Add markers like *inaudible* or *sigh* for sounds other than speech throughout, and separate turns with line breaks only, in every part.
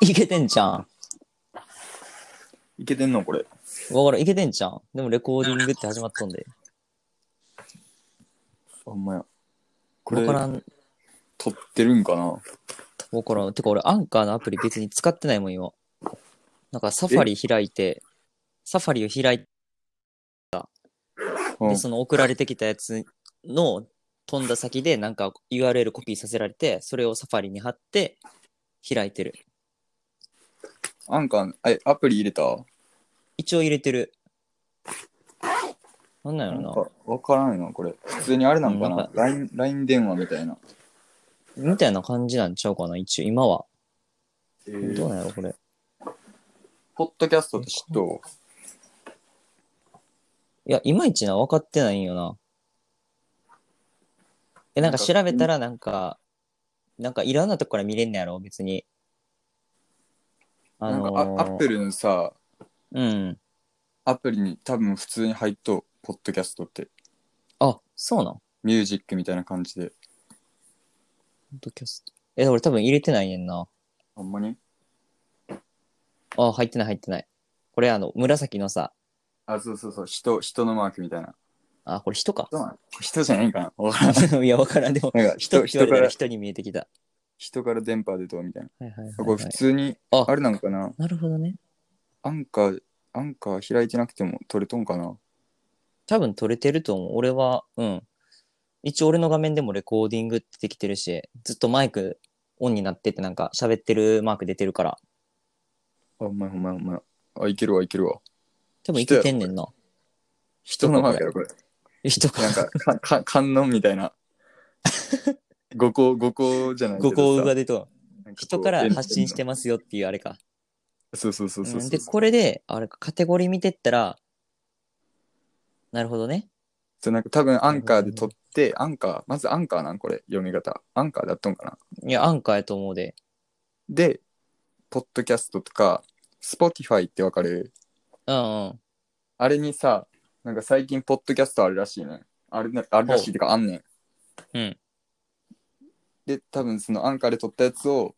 いけてんじゃん。わ
いけてんのこれ。
からん、いけてんじゃん。でもレコーディングって始まっとんで。
ほんまや。こ
わ
れ
か、らん、
撮ってるんかな
わからん。てか俺、アンカーのアプリ別に使ってないもん、今。なんかサファリ開いて、サファリを開いて、
うん。
その送られてきたやつの飛んだ先で、なんか URL コピーさせられて、それをサファリに貼って、開いてる。
アンカー、え、アプリ入れた
一応入れてる。なんなんや
なん
ろ
か、わからんよな、これ。普通にあれなんか
うんな
なん
か
?LINE、ライン電話みたいな。
な。みたいな感じなんちゃうかな、一応、今は。
え
どうなんやろ、これ。
ポッドキャストって知っとう
いや、いまいちな、分かってないんよな。え、なんか調べたら、なんか、なんかいろんなとこから見れんのやろ、別に。あ
なん
の
か
ー
ア、アップルのさ、
うん。
アプリに多分普通に入っとう、ポッドキャストって。
あ、そうなん。ポ
ミュージックみたいな感じで。
ッドキャスト。え、俺多分入れてないねんな。
ほんまに
あ、入ってない、入ってない。これ、あの、紫のさ、
あ、そうそうそう、人、人のマークみたいな。
あ、これ人か。
人なん人じゃないんかなわから
*laughs*
ん
いや、分からん。でも、
なんか
人
人、
って言われ
人か
たら
ら、
人に見えてきた。
人から電波でどうみたいな。
はいはいはい、
これ普通に、
あ
あれなんかな
なるほどね。
アンカー、アンカー開いてなくても取れとんかな
多分撮れてると思う。俺は、うん。一応俺の画面でもレコーディングってできてるし、ずっとマイクオンになっててなんか喋ってるマーク出てるから、
あ、ほんまやほんまやほんまや。あ、いけるわいけるわ。
多分いけてんねんな。
人のマークやこれ。
人か
なんか、か、か、 *laughs* 観音みたいな。五個、五個じゃないけ
ご
どさ
幸運が出と、
なんかこう
人から発信してますよっていうあれか。
そうそうそうそう
う
そ
ん
う。
で、これで、あれか、カテゴリー見てったら、なるほどね。
そうなんか多分アンカーで撮って、アンカー、まずアンカーなんこれ、読み方。アンカーだっとんかない
や、アンカーやと思うで。
で、ポッドキャストとか、スポティファイってわかる
うんうん。
あれにさ、なんか最近ポッドキャストあるらしいね。あれなあるらしいってかあんねん。
うん。
で、多分そのアンカーで撮ったやつを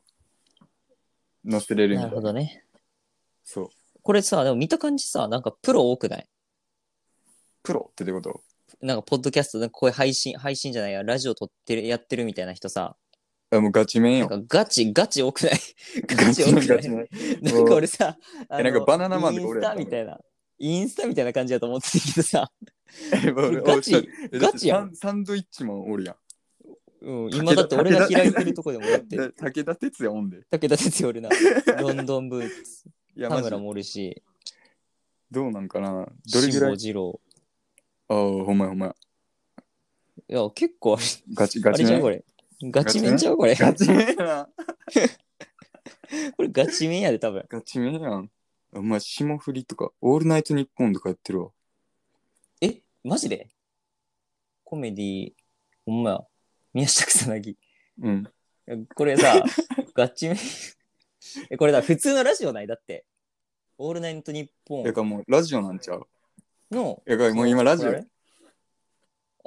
載せれるみ
な
たい
る
な。
ほどね。
そう。
これさ、でも見た感じさ、なんかプロ多くない
プロってってこと
なんか、ポッドキャスト、なんかこういう配信、配信じゃないや、ラジオ撮ってる、やってるみたいな人さ、
あもうガチめん
なん
よ。
かガチ、ガチ多くないガ
*laughs* ガ
チ
チ
多
めん
く
ガ
な
チ
い
めん。
なんか俺さ、あ
なんかバナナマン
イ
とか
ン
俺
ス
や
タ
ったもん
みたいな、インスタみたいな感じだと思ってたけどさ、 *laughs*
えもう俺
ガチ
俺えだって
ガチやん
サンサンドイッチマンおるやん。
うん、今だって俺が開いてるとこでもやって
で
る。
武田鉄矢おんで。
武田哲也おる
*laughs*
な、ロンドンブーツ、
いや、
田
マジ
村もおるし、
どうなんかなどれ
辛
ぐらい
坊二郎。
ああ、ほんまやほんまや。
いや、結構あれ、
ガチ
あ
ガチ
れじ
め
ゃん、
ん
こ。れ。ガチめんちゃうこれ。
ガチめんやな。
*laughs* これガチめんやで、多分。
ガチめんやん。お前、霜降りとか、オールナイトニッポンとかやってるわ。
え、マジでコメディ、ほんまや。宮下草薙。
うん。
これ
*laughs*
さ、ガチめ。 *laughs* えこれだ、普通のラジオないだって。オールナイトニッポ
や
ン
かもうラジオなんちゃう
の。
やかもう今ラジ
こ
オ
れ。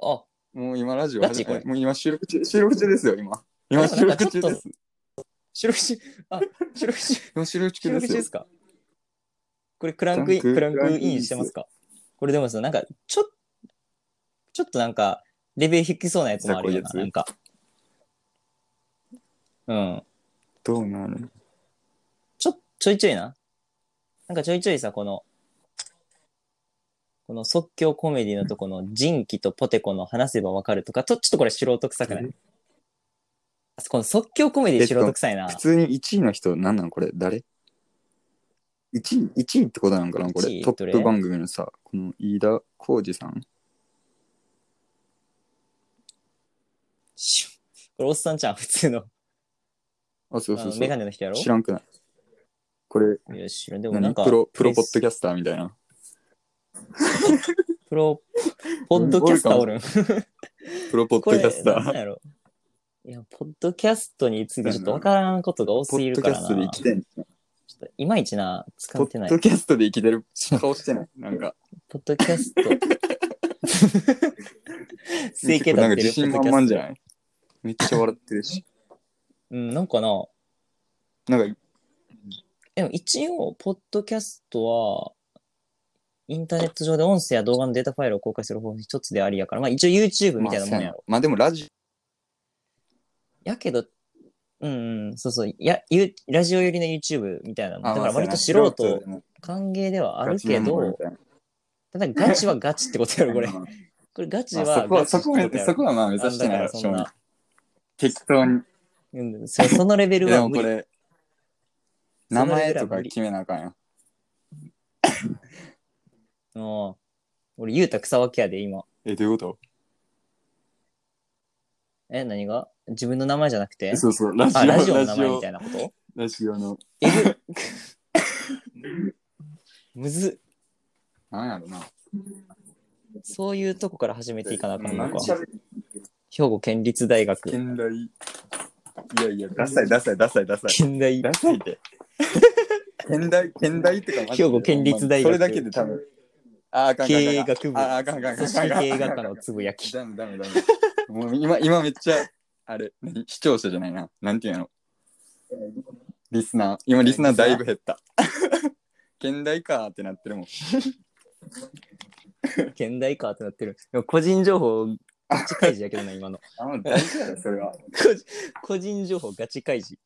あ、
もう今ラジオ。
ガチこれ
もう今収録中、収録中ですよ、今。今
でも
収
なんか
録
ちょ
中
っと
です。
白口、あ、白口、
*laughs* 今収録中
白口
ですよ
で。すかこれクランクイン、ク
ク
ラ
ラ
ン
ン
ク
ク
インしてますかこれでもさ、なんか、ちょ、ちょっとなんか、レベル低そうなやつもあるよな、
雑魚
ない
やつ
んか。うん。
どうなる
ちょ、ちょいちょいな。なんかちょいちょいさ、この、この即興コメディのとこの人気とポテコの話せばわかるとか、とちょっとこれ素人臭くないあこの即興コメディ素人臭いな。
普通に1位の人、なんなんこれ誰 ?1 位、1位ってことなんかなこ
一
れ。
位
ト
ど
ッ
れ
プ番組のさ、この飯田浩二さん。
シュこれおっさんちゃん、普通の。
あ、そうそう
あ
そ
の
う。
メガネの人やろ
知らんくない。これ、
いや、知らん。でもなん
何
か、
プロ、プロポッド
プ
キャスターみたいな。
ロ、ポッドキャスターおるん。
プロポッ
こ
ドキ
れ
ャスタ、
なん
ー。
やろ。いや、ポッドキャストについてちょっとわからんことが多
ポ
すぎ
ッ
る
ド
か
キャ
らな。
ス
ち
トで
ょ
生きてん。
っといまいちな、使
ポ
ってな
ッ
い
ド。キャストで生きてる顔してない。なんか。
ポッドキャス
*laughs*
ト。整形立ってる
なんか自信満々じゃ
い
ない
*laughs*
めっちゃ笑ってるし。
うん、なんかな、
なんか、
でも一応、ポッドキャストは、インターネット上で音声や動画のデータファイルを公開する方法の一つでありやから、まあ一応 YouTube みたいなもんやろ。
まあでもラジ
やけど、うん、うんそうそうや、ゆラジオ寄りの YouTube みたいなもん。だ
オ、あ
から割と素
まあそうやな
人
でも
歓迎ではあ
ガ
る
チメ
け
ンバーみ
ど、
たいな
ただガチはガチってことやろ、これ。こ
*laughs* ま
れガチ
あ
は
そこは、
ガチ
そ
って
こ
とや
は
ろ、
そこはまあ目指してない
あ
よ
んだからそんな
正直適当に。
うん、そそのレベ
で
ルは
も
無
こ
理。
れ、
その
名
レベルは
前とか
無理
決めなあかんよ。
うん俺、ゆうた草分けやで、今。
え、どういうこ
え、何が自分の名前じゃなくて
とそうそう、ラジオ
あ、、ラジオの名
ラジ
前み
オ
た、いなこと
ラジオの。
むずっ、
なんやろな。
そういうとこから始めていかなあかんの
何
か。
喋る
兵庫県立大学。
現代。いやいや、ダサい、ダサい、ダサい、ダサい。
近代
ダサいで。県大、県大ってかマジで、
兵庫県立大学
それだけで多分。あー、あかんあかんあかん
経営学部
あー、あかんあかんあかん
組
あかん
織
あかん
経営学科のつぶや
*laughs*
き。
ダメダメダメ。もう今、今めっちゃ、あれ、何視聴者じゃないな。なんていうのリスナー。今リスナーだいぶ減った。現代かーってなってるもん。
県大かってなってる。でも個人情報、ガチ開示やけどな、今の。
あ、もう大事だよ、それは。
個人個人情報ガチ開示。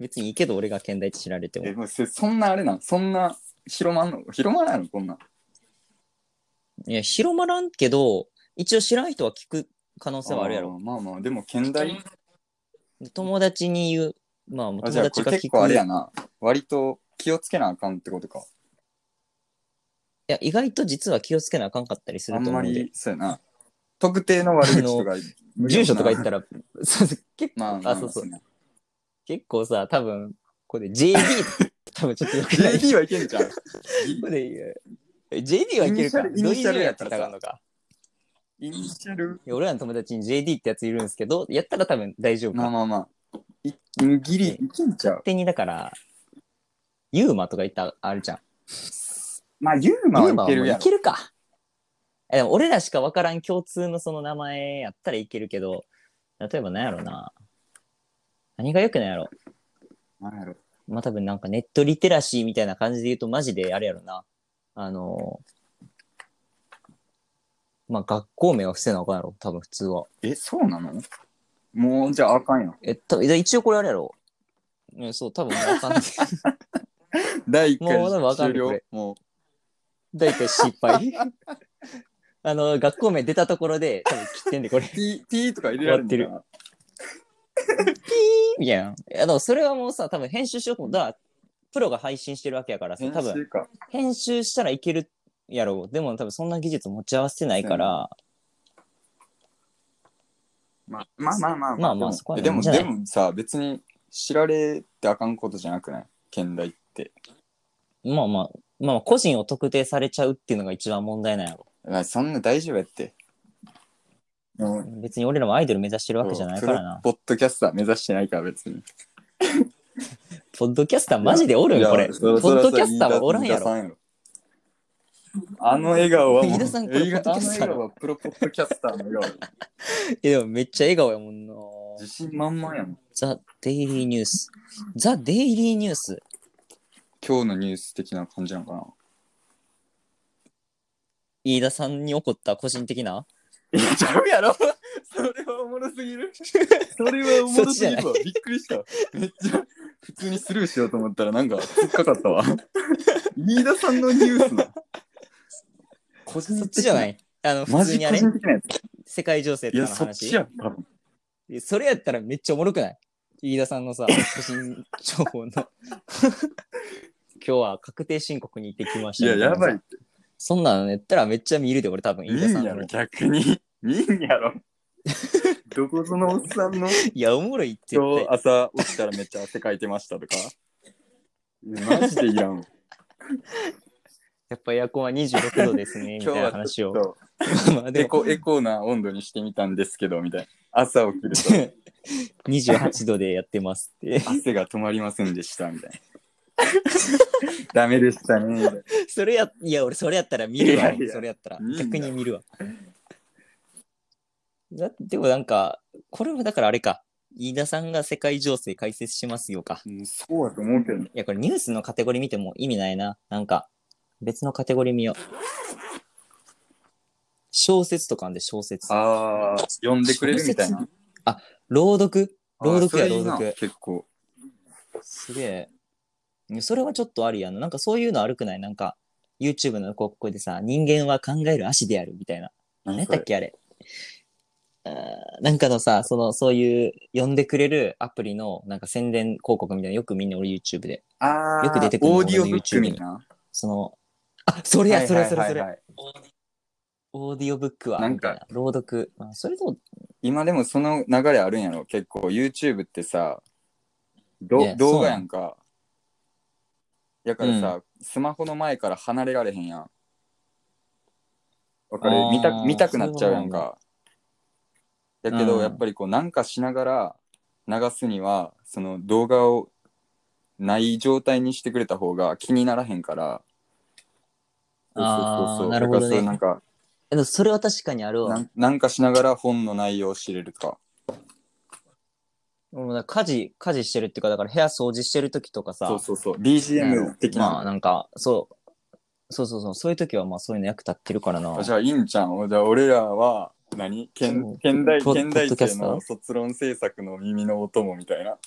別にいいけど、俺が県大って知られても
*laughs* え、。もうせそんなあれなんそんな広まんの広まらんのこんなん。
いや、広まらんけど、一応知らん人は聞く可能性はあるやろ。
ーまあまあ、でも県大。
で友達に言う。まあ、友
あじゃあこ
達
れ
が
結
聞
構あれや
く。
な。割と気をつけなあかんってことか。
いや、意外と実は気をつけなあかんかったりす
あ
る
ん
と思
ま
うんで
り。、そうやな。特定の悪口とか。
住所とか言った
ら。
ら、 *laughs* そうそう結
まあ、
構、
まあ、
あ、そうそう
や。な。
結構さ、多分、これ JD、多分ちょっとよくない
JD はいけ
*laughs*
んじゃん。
これえ JD はいけるか。
イニシャルイニシャルやったらさ
どういう意味やってたのか。
イニシャル
いや俺らの友達に JD ってやついるんですけど、やったら多分大丈夫か。
まあ
勝
まあまあ。いギリいけんちゃう。
手にだから、ユーマとか言ったらあるじゃん。
まあ、ユーマ
ユー
は
マは
いけ
も
る
うい
や
けるか。えでも俺らしか分からん共通のその名前やったらいけるけど、例えば何やろな。何がよくないやろ。
ろ。なんやろ
まあ多分なんかネットリテラシーみたいな感じで言うとマジであれやろな。あのまあ学校名は伏せなあかんやろ、多分普通は。
え、そうなのもう、じゃああかんよ。
えっと、じゃあ一応これあれやろ。うん、そう、多分わかんない。 *laughs*
第1
もうでもわか
回
んな
終
いこ
了
れ。
も
大体失敗。 *laughs* あの、学校名出たところで、多分切ってんで、これ。
う、T、T とか入れられ
終わいや、いやでもそれはもうさ、多分編集しようと思ったら、プロが配信してるわけやからさ、
るんだ。
多
編
分
集か。
編集したらいけるやろう。でも多分そんな技術持ち合わせてないから、
まあまあまあまあ、
まあまあ
でも
そこはね
で
いい
も、
んじゃない
でもさ、別に知られてあかんことじゃなくない県大って。
まあまあ、まあ個人を特定されちゃうっていうのが一番問題なんやろ。
まあそんな大丈夫やって。もう
別に俺らもアイドル目指してるわけじゃないから
そう
な。
プロポッドキャスター目指してないから別に。
ポッドキャスターマジでおる
い
ん
や
これ。ポ
そら
ッドキャスターはおらんや
飯田さ
ろ。
あの笑顔はもう、
*laughs* 飯田さんこれ
映画
ポッドキ
あ
ャ
の
ス
笑
ター
顔はプロポッドキャスターの笑顔。
いやでもめっちゃ笑顔やもんな。
自信満々やん。
ザ・デイリーニュース。ザ・デイリーニュース。
今日のニュース的な感じなのか
*laughs*
な。
飯田さんに起こった個人的な。
いや、ちゃうやろ *laughs* それはおもろすぎる。それはおもろすぎるわ。 *laughs* びっくりした。めっちゃ、普通にスルーしようと思ったらなんか、突っかかったわ。 *laughs* 飯田さんのニュ
*laughs*
ースだ。個人的。
そっちじゃないい。あの、
マ
普通
ジ
に
個
あれ、
人的なやつ。
世界情勢
い
とか
や、
の
そっ
話。
ちや、多分。
いやそれやったらめっちゃおもろくない飯田さんのさ、個人情報の。 *laughs* 今日は確定申告に行ってきまし
い
た
や、
みた
や
なさ
ばい。
そんなのやったらめっちゃ見るで、俺多分、
見
飯田さ
ん
ん
やろ
の、。
逆に。見んや *laughs* ろ。どこぞのおっさんの
いや、おもろいって
今日
絶
朝起きたらめっちゃ汗かいてましたとか。マジで *laughs* いらんわ。
やっぱエアコンは26度ですね、み
*laughs*
た
今日
いな
は
話
ちょ
を
っ。と
*laughs* まあで
エ
も、
コエコな温度にしてみたんですけど、みたいな。朝起きる *laughs* と
28度でやってますって。
汗が止まりませんでした、みたいな。 *laughs* ダメでしたね。みたいな
それや、いや、俺それやったら見るわ。
いやいや
それやったら
いいん。だ
逆に見るわ。だってでもなんか、これはだからあれか。飯田さんが世界情勢解説しますよか。
うん、そうだと思うけど。
いや、これニュースのカテゴリー見ても意味ないな。なんか、別のカテゴリー見よう。小説とかあんで、小説。
ああ、呼んでくれるみたいな。
朗読朗読や
あーそれいいな
朗読
結構。
すげえいや。それはちょっとありやな。なんかそういうの悪くないなんか、YouTube の広告でさ、人間は考える足であるみたいな。何やったっけあれ。あーなんかのさ、その、そういう、呼んでくれるアプリの、なんか宣伝広告みたいなのよくみんな俺 YouTube で。
ああ、
よく出てくるの
オーディオブック
YouTube に
みたいな。
その、あ、それや、それそれそ
はいはいはい
れ。
はい。
オーディオブックは、
なん
み
か
たいな。朗読。まあ、それと、
今でもその流れあるんやろ。結構 YouTube ってさ、
い
ど
や
動画やんか。やからさ、スマホの前から離れられへんやん。わか
あ
る
ー
見た見たくなっちゃうやんか。やけど、
うん
やっぱりこう、なんかしながら流すには、その動画をない状態にしてくれた方が気にならへんから。
あー
そうそうそうそう。
なるほどね
だからそうなんか、
えでもそれは確かにある
な
わ。
んなんかしながら本の内容を知れるとか。
俺もだから家事、家事してるっていうか、だから部屋掃除してる時とかさ、
そうそうそう。
なんやろ
BGM 的
まあ
な。
なんか、そう。そうそうそう。そういう時はまあそういうの役立ってるからな。
あじゃあ、いいんちゃん。じゃあ、俺らは何、
そう
現現代、
ポ
現代
ポッドキャ
生
スター
の卒論制作の耳のお供みた
*laughs*
いな。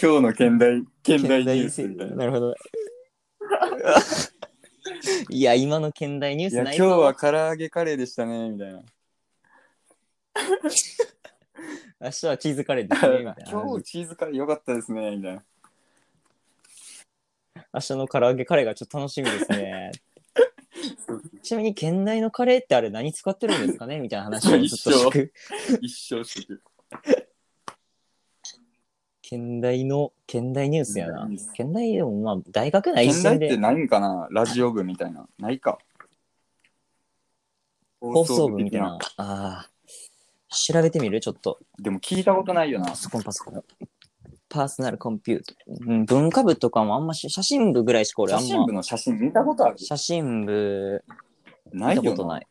今日の現代、現代ニュースみたい
*laughs*
な。
なるほど。いや、今の現代ニュー
い
ス
や、
な
今
い
日
ぞ
は唐揚げカレーでしたね、みたいな。
明日はチーズカレーですね。みた
*laughs*
いな
今日チーズカレー良かったですね、みたいな。
明日の唐揚げカレーがちょっと楽しみですね。ちなみに、県内のカレーってあれ何使ってるんですかねみたいな話をずっとしてく。
一生してる。
県大の、県大ニュースやな
現代ニュー。ス
県大で *laughs* もまあ、大学内一
現代
線
って
で
ないんかなラジオ部みたいな。ないか。
放送部みたいな。。ああ。調べてみるちょっと。
でも聞いたことないよな
パ。ソコン、パソコン。パーソナルコンピューター。うん、文化部とかもあんまし、写真部ぐらいしか俺あ
写
ん
真
ま
部。の写真見たことある
写真部、
な
見
い
た
よ
こと
な。
ない。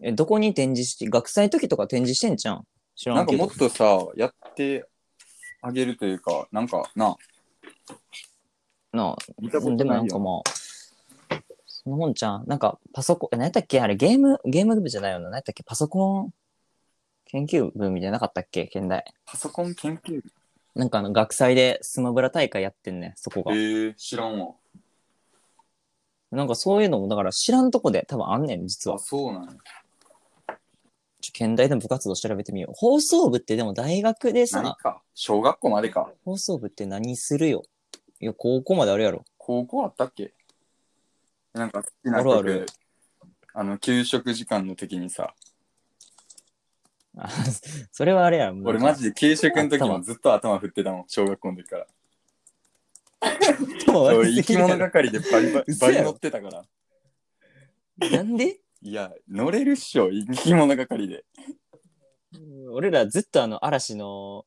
え、どこに展示して、学祭の時とか展示してんじゃん知ら
なん
ん
か
け
も
ど
っ。とさ、やってあげるというか、なんかな、
なあ、
見たこ
う
と
んでも
な
ないんか
よ。
まあ、そのもんちゃん、なんかパソコン、え何やったっけあれゲーム、ゲーム部じゃないよな。何やったっけパソコン研究部みたいななかったっけ現代。
パソコン研究
なんかあの、学祭でスマブラ大会やってんね、そこが
部。。えー、知らんわ。
なんかそういうのも、だから知らんとこで多分あんねん、実は
あ、。そうなんや。
ちょ県大でも部活動調べてみよう。放送部ってでも大学で
何
さ、
か。小学校までか。
放送部って何するよ。いや、高校まであるやろ。
高校あったっけなんか好きな
あ
曲
る
あ
ある
の、給食時間の時にさ、
あそれはあれやろ。
俺マ
ジ
ジで給食の時
頭
もずっと頭振ってたもん、小学校の時から。
でも悪
俺、
す
生
ぎ
き
るやろ
物係でバリバ
*laughs*
リ
嘘や
バ
ろ
リ乗ってたから。
なんで
いや、乗れるっしょ、生き物係で。
俺らずっとあの、嵐の、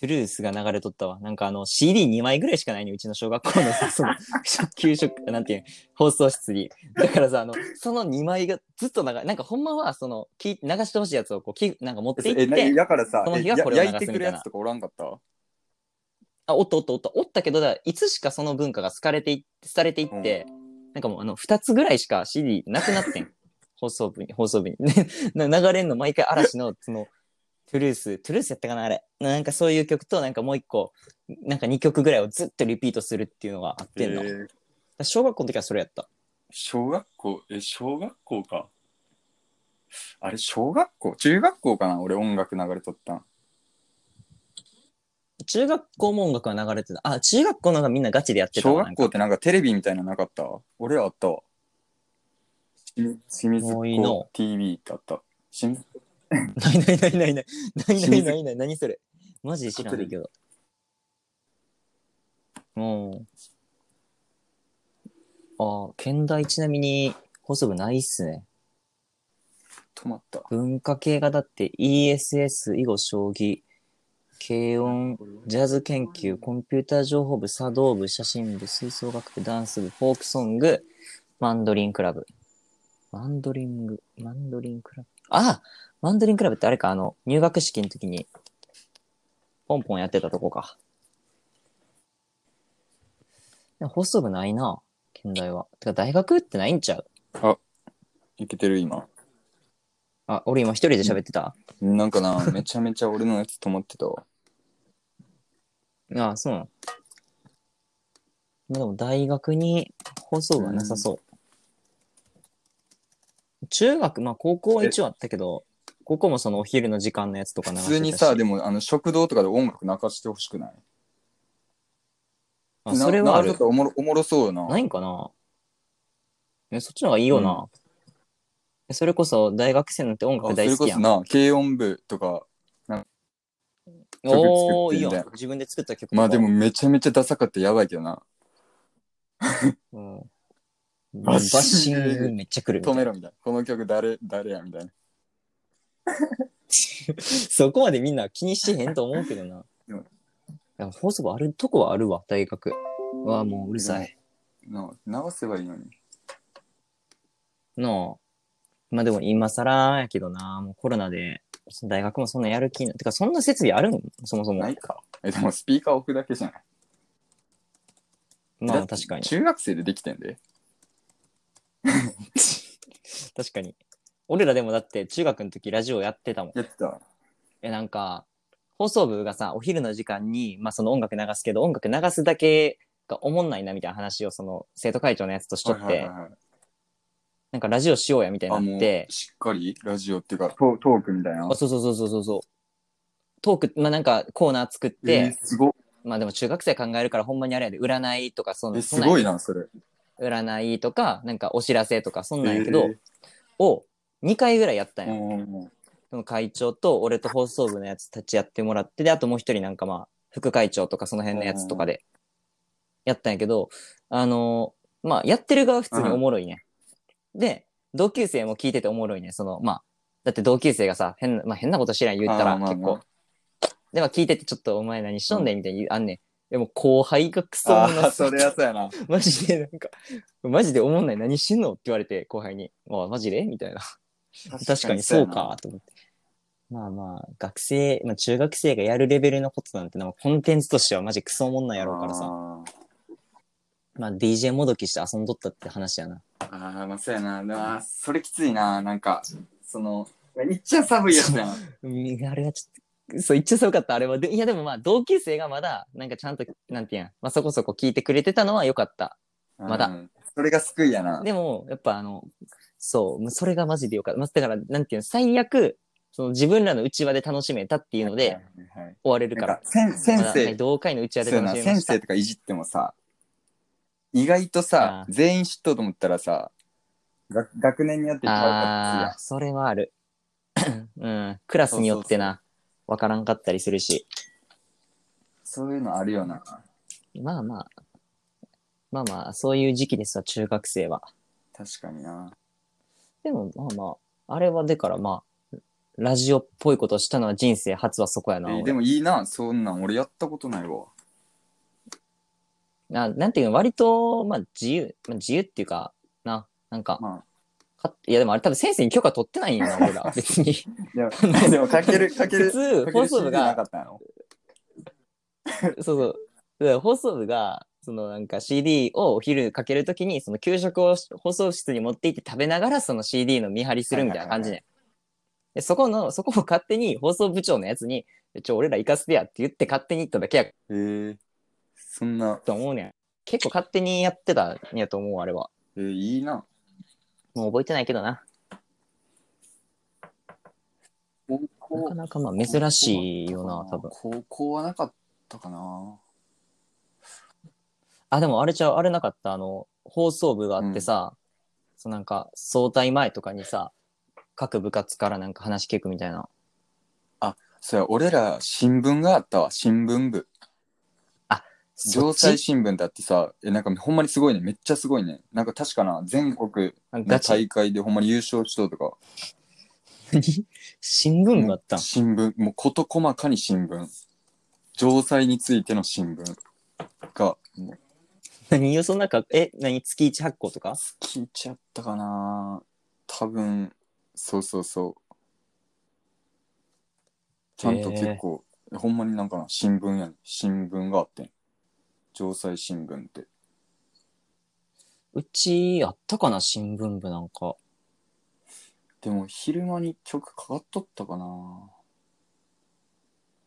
トゥルースが流れとったわ。なんかあの、CD2 枚ぐらいしかないね、うちの小学校のさ、その、給食、なんていうの放送室に。だからさ、あの、その2枚がずっと流れ、なんかほんまは、その、き流してほしいやつをこう、きなんか持ってい
え、
っ
な
て、
だからさ
そ、の
え
日
や
はこれを流す
焼いてくるやつとかおらんかった
あ、おったおったおった。おったけど、だからいつしかその文化が好かれていって、廃れていって、なんかもうあの、二つぐらいしか CD なくなってん。放送部に、放送部に。 *laughs* ねな流れんの毎回嵐の、その、トゥルース、トゥルースやったかなあれ。なんかそういう曲と、なんかもう一個、なんか二曲ぐらいをずっとリピートするっていうのがあってんの。
え
だか
ー
ら小学校の時はそれやった。
小学校、え、小学校か。あれ、小学校中学校かな俺音楽流れとったん。
中学校も音楽は流れてた。あ、中学校の方がみんなガチでやってた
小
わ。なん
学校ってなんかテレビみたいなのなかった俺らあったわ。清清水
もういいの
校 TV ってあった。清水
かないないないないない。ないないないない。何それ。マジで知らないけど。もう。ああ、県大ちなみに放送部ないっすね。
止まった。
文化系がだって ESS、囲碁、将棋、軽音、ジャズ研究、コンピューター情報部、茶道部、写真部、吹奏楽部、ダンス部、フォークソング、マンドリンクラブ。マンドリング、マンドリンクラブ。あ、マンドリンクラブってあれか、あの、入学式の時に、ポンポンやってたとこか。でも放送部ないな、県大は。てか、大学ってないんちゃう
いけてる今。
あ、俺今一人で喋ってた、
なん
*laughs*
かな、めちゃめちゃ俺のやつ止まってたわ。
ああ、そうなの。まあでも、大学に放送部はなさそう。中学、まあ、高校は一応あったけど、高校もそのお昼の時間のやつとか流して
普
たし
通にさ、でもあの食堂とかで音楽泣かしてほしくない
あそれはある
ちょっ。とおもろおもろそうよな。
ないんかなえそっちの方がいいよな。それこそ大学生なんて音
あ
楽
それ
大好
こ
きや
そ
ん。
な、軽音部とか、そ
おおーいい
曲作ってんだよ
よ。自分で作った曲
まあでも
も、
めちゃめちゃダサかったやばいけどな。
うん、バ
バ
ッ
ッ
シ
シング
ングめっちゃくるみた
止
いな
めろみたいな。この曲誰、誰やみたいな。
*laughs* そこまでみんな気にしてへんと思うけどな。
うん
でも放送部あるとこはあるわ、大学。うわもううるさい。
な流せばいいのに。
のまあでも今更やけどな、もうコロナで、大学もそんなやる気なてか、そんな設備あるんそもそも
な。いか。え、でもスピーカー置くだけじゃない。
ま
だ
あ
って
確かに。
中学生でできてんで。
確かに。俺らでもだって中学の時ラジオやってたもん。
やってた。
え、なんか、放送部がさ、お昼の時間に、まあその音楽流すけど、音楽流すだけがおもんないなみたいな話をその生徒会長のやつとしとって、
はいはいはいはい
なんかラジオしようやみたい
あ、
に
も
なっ
う、
て、
しっかりラジオっていうか、トトークみたいな
あ。そうそうそうそうそうそう。トーク、まあなんかコーナー作っ
え
て、
ー、すご
まあでも中学生考えるからほんまにあれやで、占いとかそんな
え、
ん
すごいな、それ。
占いとか、なんかお知らせとかそんなんやけ
え
ど
ー、
を2回ぐらいやったんや。
うんうんうん
その会長と俺と放送部のやつたちやってもらって、で、あともう一人なんかまあ、副会長とかその辺のやつとかでやったんやけど、あのーまあ、やってる側普通におもろいね。で、同級生も聞いてておもろいね。その、まあ、だって同級生がさ、変な、まあ、変なこと知らん言った
あ
ら
ーまあ
結
ま
構
あ。
で、まあ、聞いててちょっとお前何しとんねんみたいに言うあんねん。でも後輩がクソおもん
あ
な
ーそれはそうやな。
*laughs* マジでなんか、マジでおもんない何してんのって言われて後輩に、あマジでみたいな。確かにそうか。と思って。まあまあ、学生、まあ、中学生がやるレベルのことなんてのは、コンテンツとしてはマジクソおもんないやろうからさ。
あ
まあ、DJ もどきして遊んどったって話やな。
ーあー、まあそうやな。でも、あーそれきついな。なんか、その、いっちゃ寒いやつやん。
うん、あれはちょっと、そう、言っちゃそうかった、あれは。でいや、でもまあ、同級生がまだ、なんかちゃんと、なんていうん、まあそこそこ聞いてくれてたのは良かった。まだ
うん。それが救いやな。
でも、やっぱあの、そう、もうそれがマジで良かった。まあ、だから、なんていうん、最悪、その自分らの内輪で楽しめたっていうの
は
で、
いはい
終われる
な
か。
んから先先
まだはい
生、
同会の内輪で
そうや
楽
な
しめま
先
した
生。とかいじってもさ、意外とさ
あ、ー
全員知っとうと思ったらさ、が学年によってちゃうか
ああー、それはある。 *coughs* うん、クラスによってな、わからんかったりするし。
そういうのあるよな。
まあまあ、まあまあ、そういう時期ですわ、中学生は。
確かにな。
でもまあまあ、あれはでからまあ、ラジオっぽいことしたのは人生初はそこや
え
な。
ー
俺
でもいいな、そんなん俺やったことないわ。
ななんていうの、割と、まあ自由、まあ、自由っていうか、な、なんか、
ま
かいやでもあれ多分先生に許可取ってないんやな、俺ら。別に。
あ、で
*laughs*
もでもかける、かけ
普
る、
通、
かけ
放
る
送部
CD
が
なか、ったの
そうそう。だから放送部が、そのなんか CD をお昼かけるときに、その給食を放送室に持って行って食べながらその CD の見張りするみたいな感じね。でそこの、そこを勝手に放送部長のやつに、ちょ、俺ら行かせてやって言って勝手に行っただけや
えー、そんな、
と思うねん。結構勝手にやってたんやと思う、あれは。
えーいいな。
もう覚えてないけどな。な
高
か
校
なかまあ珍しいよな、多分。
高校はなかったかな。
あ、でもあれちゃう、あれなかった、あの、放送部があってさ、そうなんか、早退前とかにさ、各部活からなんか話聞くみたいな。
そうや、俺ら新聞があったわ、新聞部。
そ
城
っち
西新聞だってさ、え、なんかほんまにすごいね、めっちゃすごいね。なんか確かな、全国の
ガチ。
大会でほんまに優勝しとうとか。
新聞だったん
もう新聞、もう事細かに新聞。城西についての新聞が、もう
何よ、そんなか、え、何月1発行とか
聞いちゃったかな。多分、そうそうそう。ちゃんと結構、ほんまになんかな、新聞やね新聞があってん。城西新聞って。
うち、あったかな新聞部なんか。
でも、昼間に曲かかっとったかな。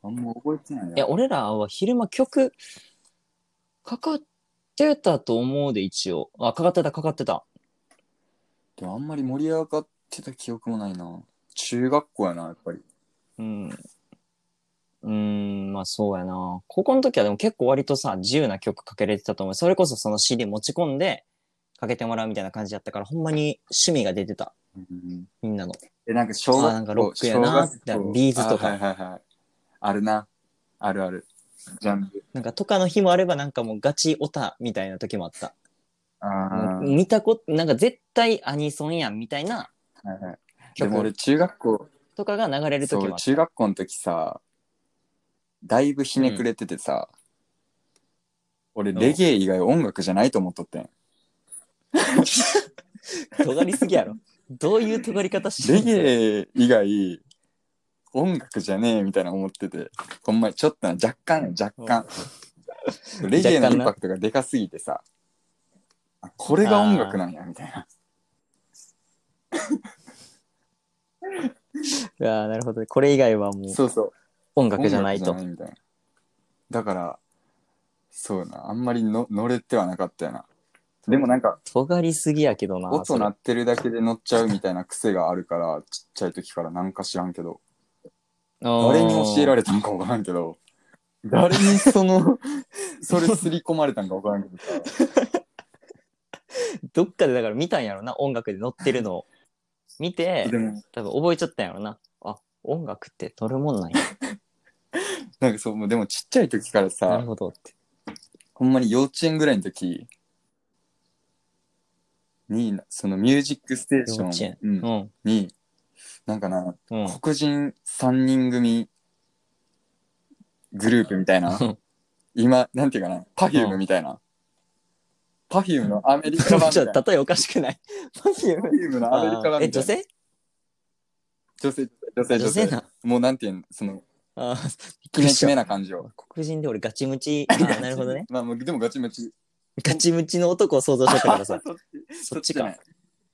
あんま覚えてない
いや、
な。
俺らは昼間曲、かかってたと思うで、一応。あ、かかってた、かかってた。
でも、あんまり盛り上がってた記憶もないな。中学校やな、やっぱり。
うん。うーん、まあそうやな。高校の時はでも結構割とさ、自由な曲かけれてたと思う。それこそその CD 持ち込んで、かけてもらうみたいな感じだったから、ほんまに趣味が出てた。
うん
みんなの。
え、なんか小学
あー
校、
なんかロックやな
小学校
ビーズとか
あはいはいはい。あるな。あるある。ジャンル。
なんかとかの日もあれば、なんかもうガチオタみたいな時もあった。
あ
も
あ。
う見たこと、なんか絶対アニソンやんみたいな
はいはい。でも俺
曲
中学校、
とかが流れる
そ
時
う、
もあった。
中学校の時さ、だいぶひねくれててさ、俺レゲエ以外音楽じゃないと思っとってん。
尖りすぎや
*laughs*
ろ。どういう尖り方して
レ
んの
ゲエ以外音楽じゃねえみたいな思ってて、ほんまにちょっとな、若干や若干。レゲエのインパクトがでかすぎてさ、あこれが音楽なんやみたいな。
ああ、なるほどね。これ以外はもう
そうそう。
音楽じゃないと。
音楽じゃみたいなだからそうやなあんまりの乗れてはなかったよなでもなんか
尖りすぎやけどな。そ
音
れ
鳴ってるだけで乗っちゃうみたいな癖があるからちっちゃい時からなんか知らんけど誰に教えら
れ
れたんか分からんけど誰にそ *laughs* のそれ刷り込まれたんか分からんけど *laughs* さ
どっかでだから見たんやろな音楽で乗ってるの
*laughs*
を見て
でも
多分覚えちゃったんやろなあ音楽って乗るもんなんや
なんかそうもうでもちっちゃい時から
なる
さ
ほどって
ほんまに幼稚園ぐらいの時にそのミュージックステーシ
幼稚
ョ
園
ン、うん
うん
になんかな *laughs*
うん *laughs*
黒人3人組グループみたいな
うん
今なんていうかなパフュー
う
ム
ん
みたいなパフュームのアメリ
*laughs* ち
カ
ょ
版みたい
っ
な
と例えおかしくない
パフュームのアメリカ
あ
版
ーえ
みた
女
いな
性
女性女性
女
女
性
性
な
もうなんていうのその
あーびっく
き
り
め
し
き
た
めな感じを
黒人で俺ガチム
*laughs*
チあーなるほどね
まあもうでもガチムチ
ガチムチの男を想像しちゃったからさそ
*laughs* そ
っ
っ
ち
ち
か
か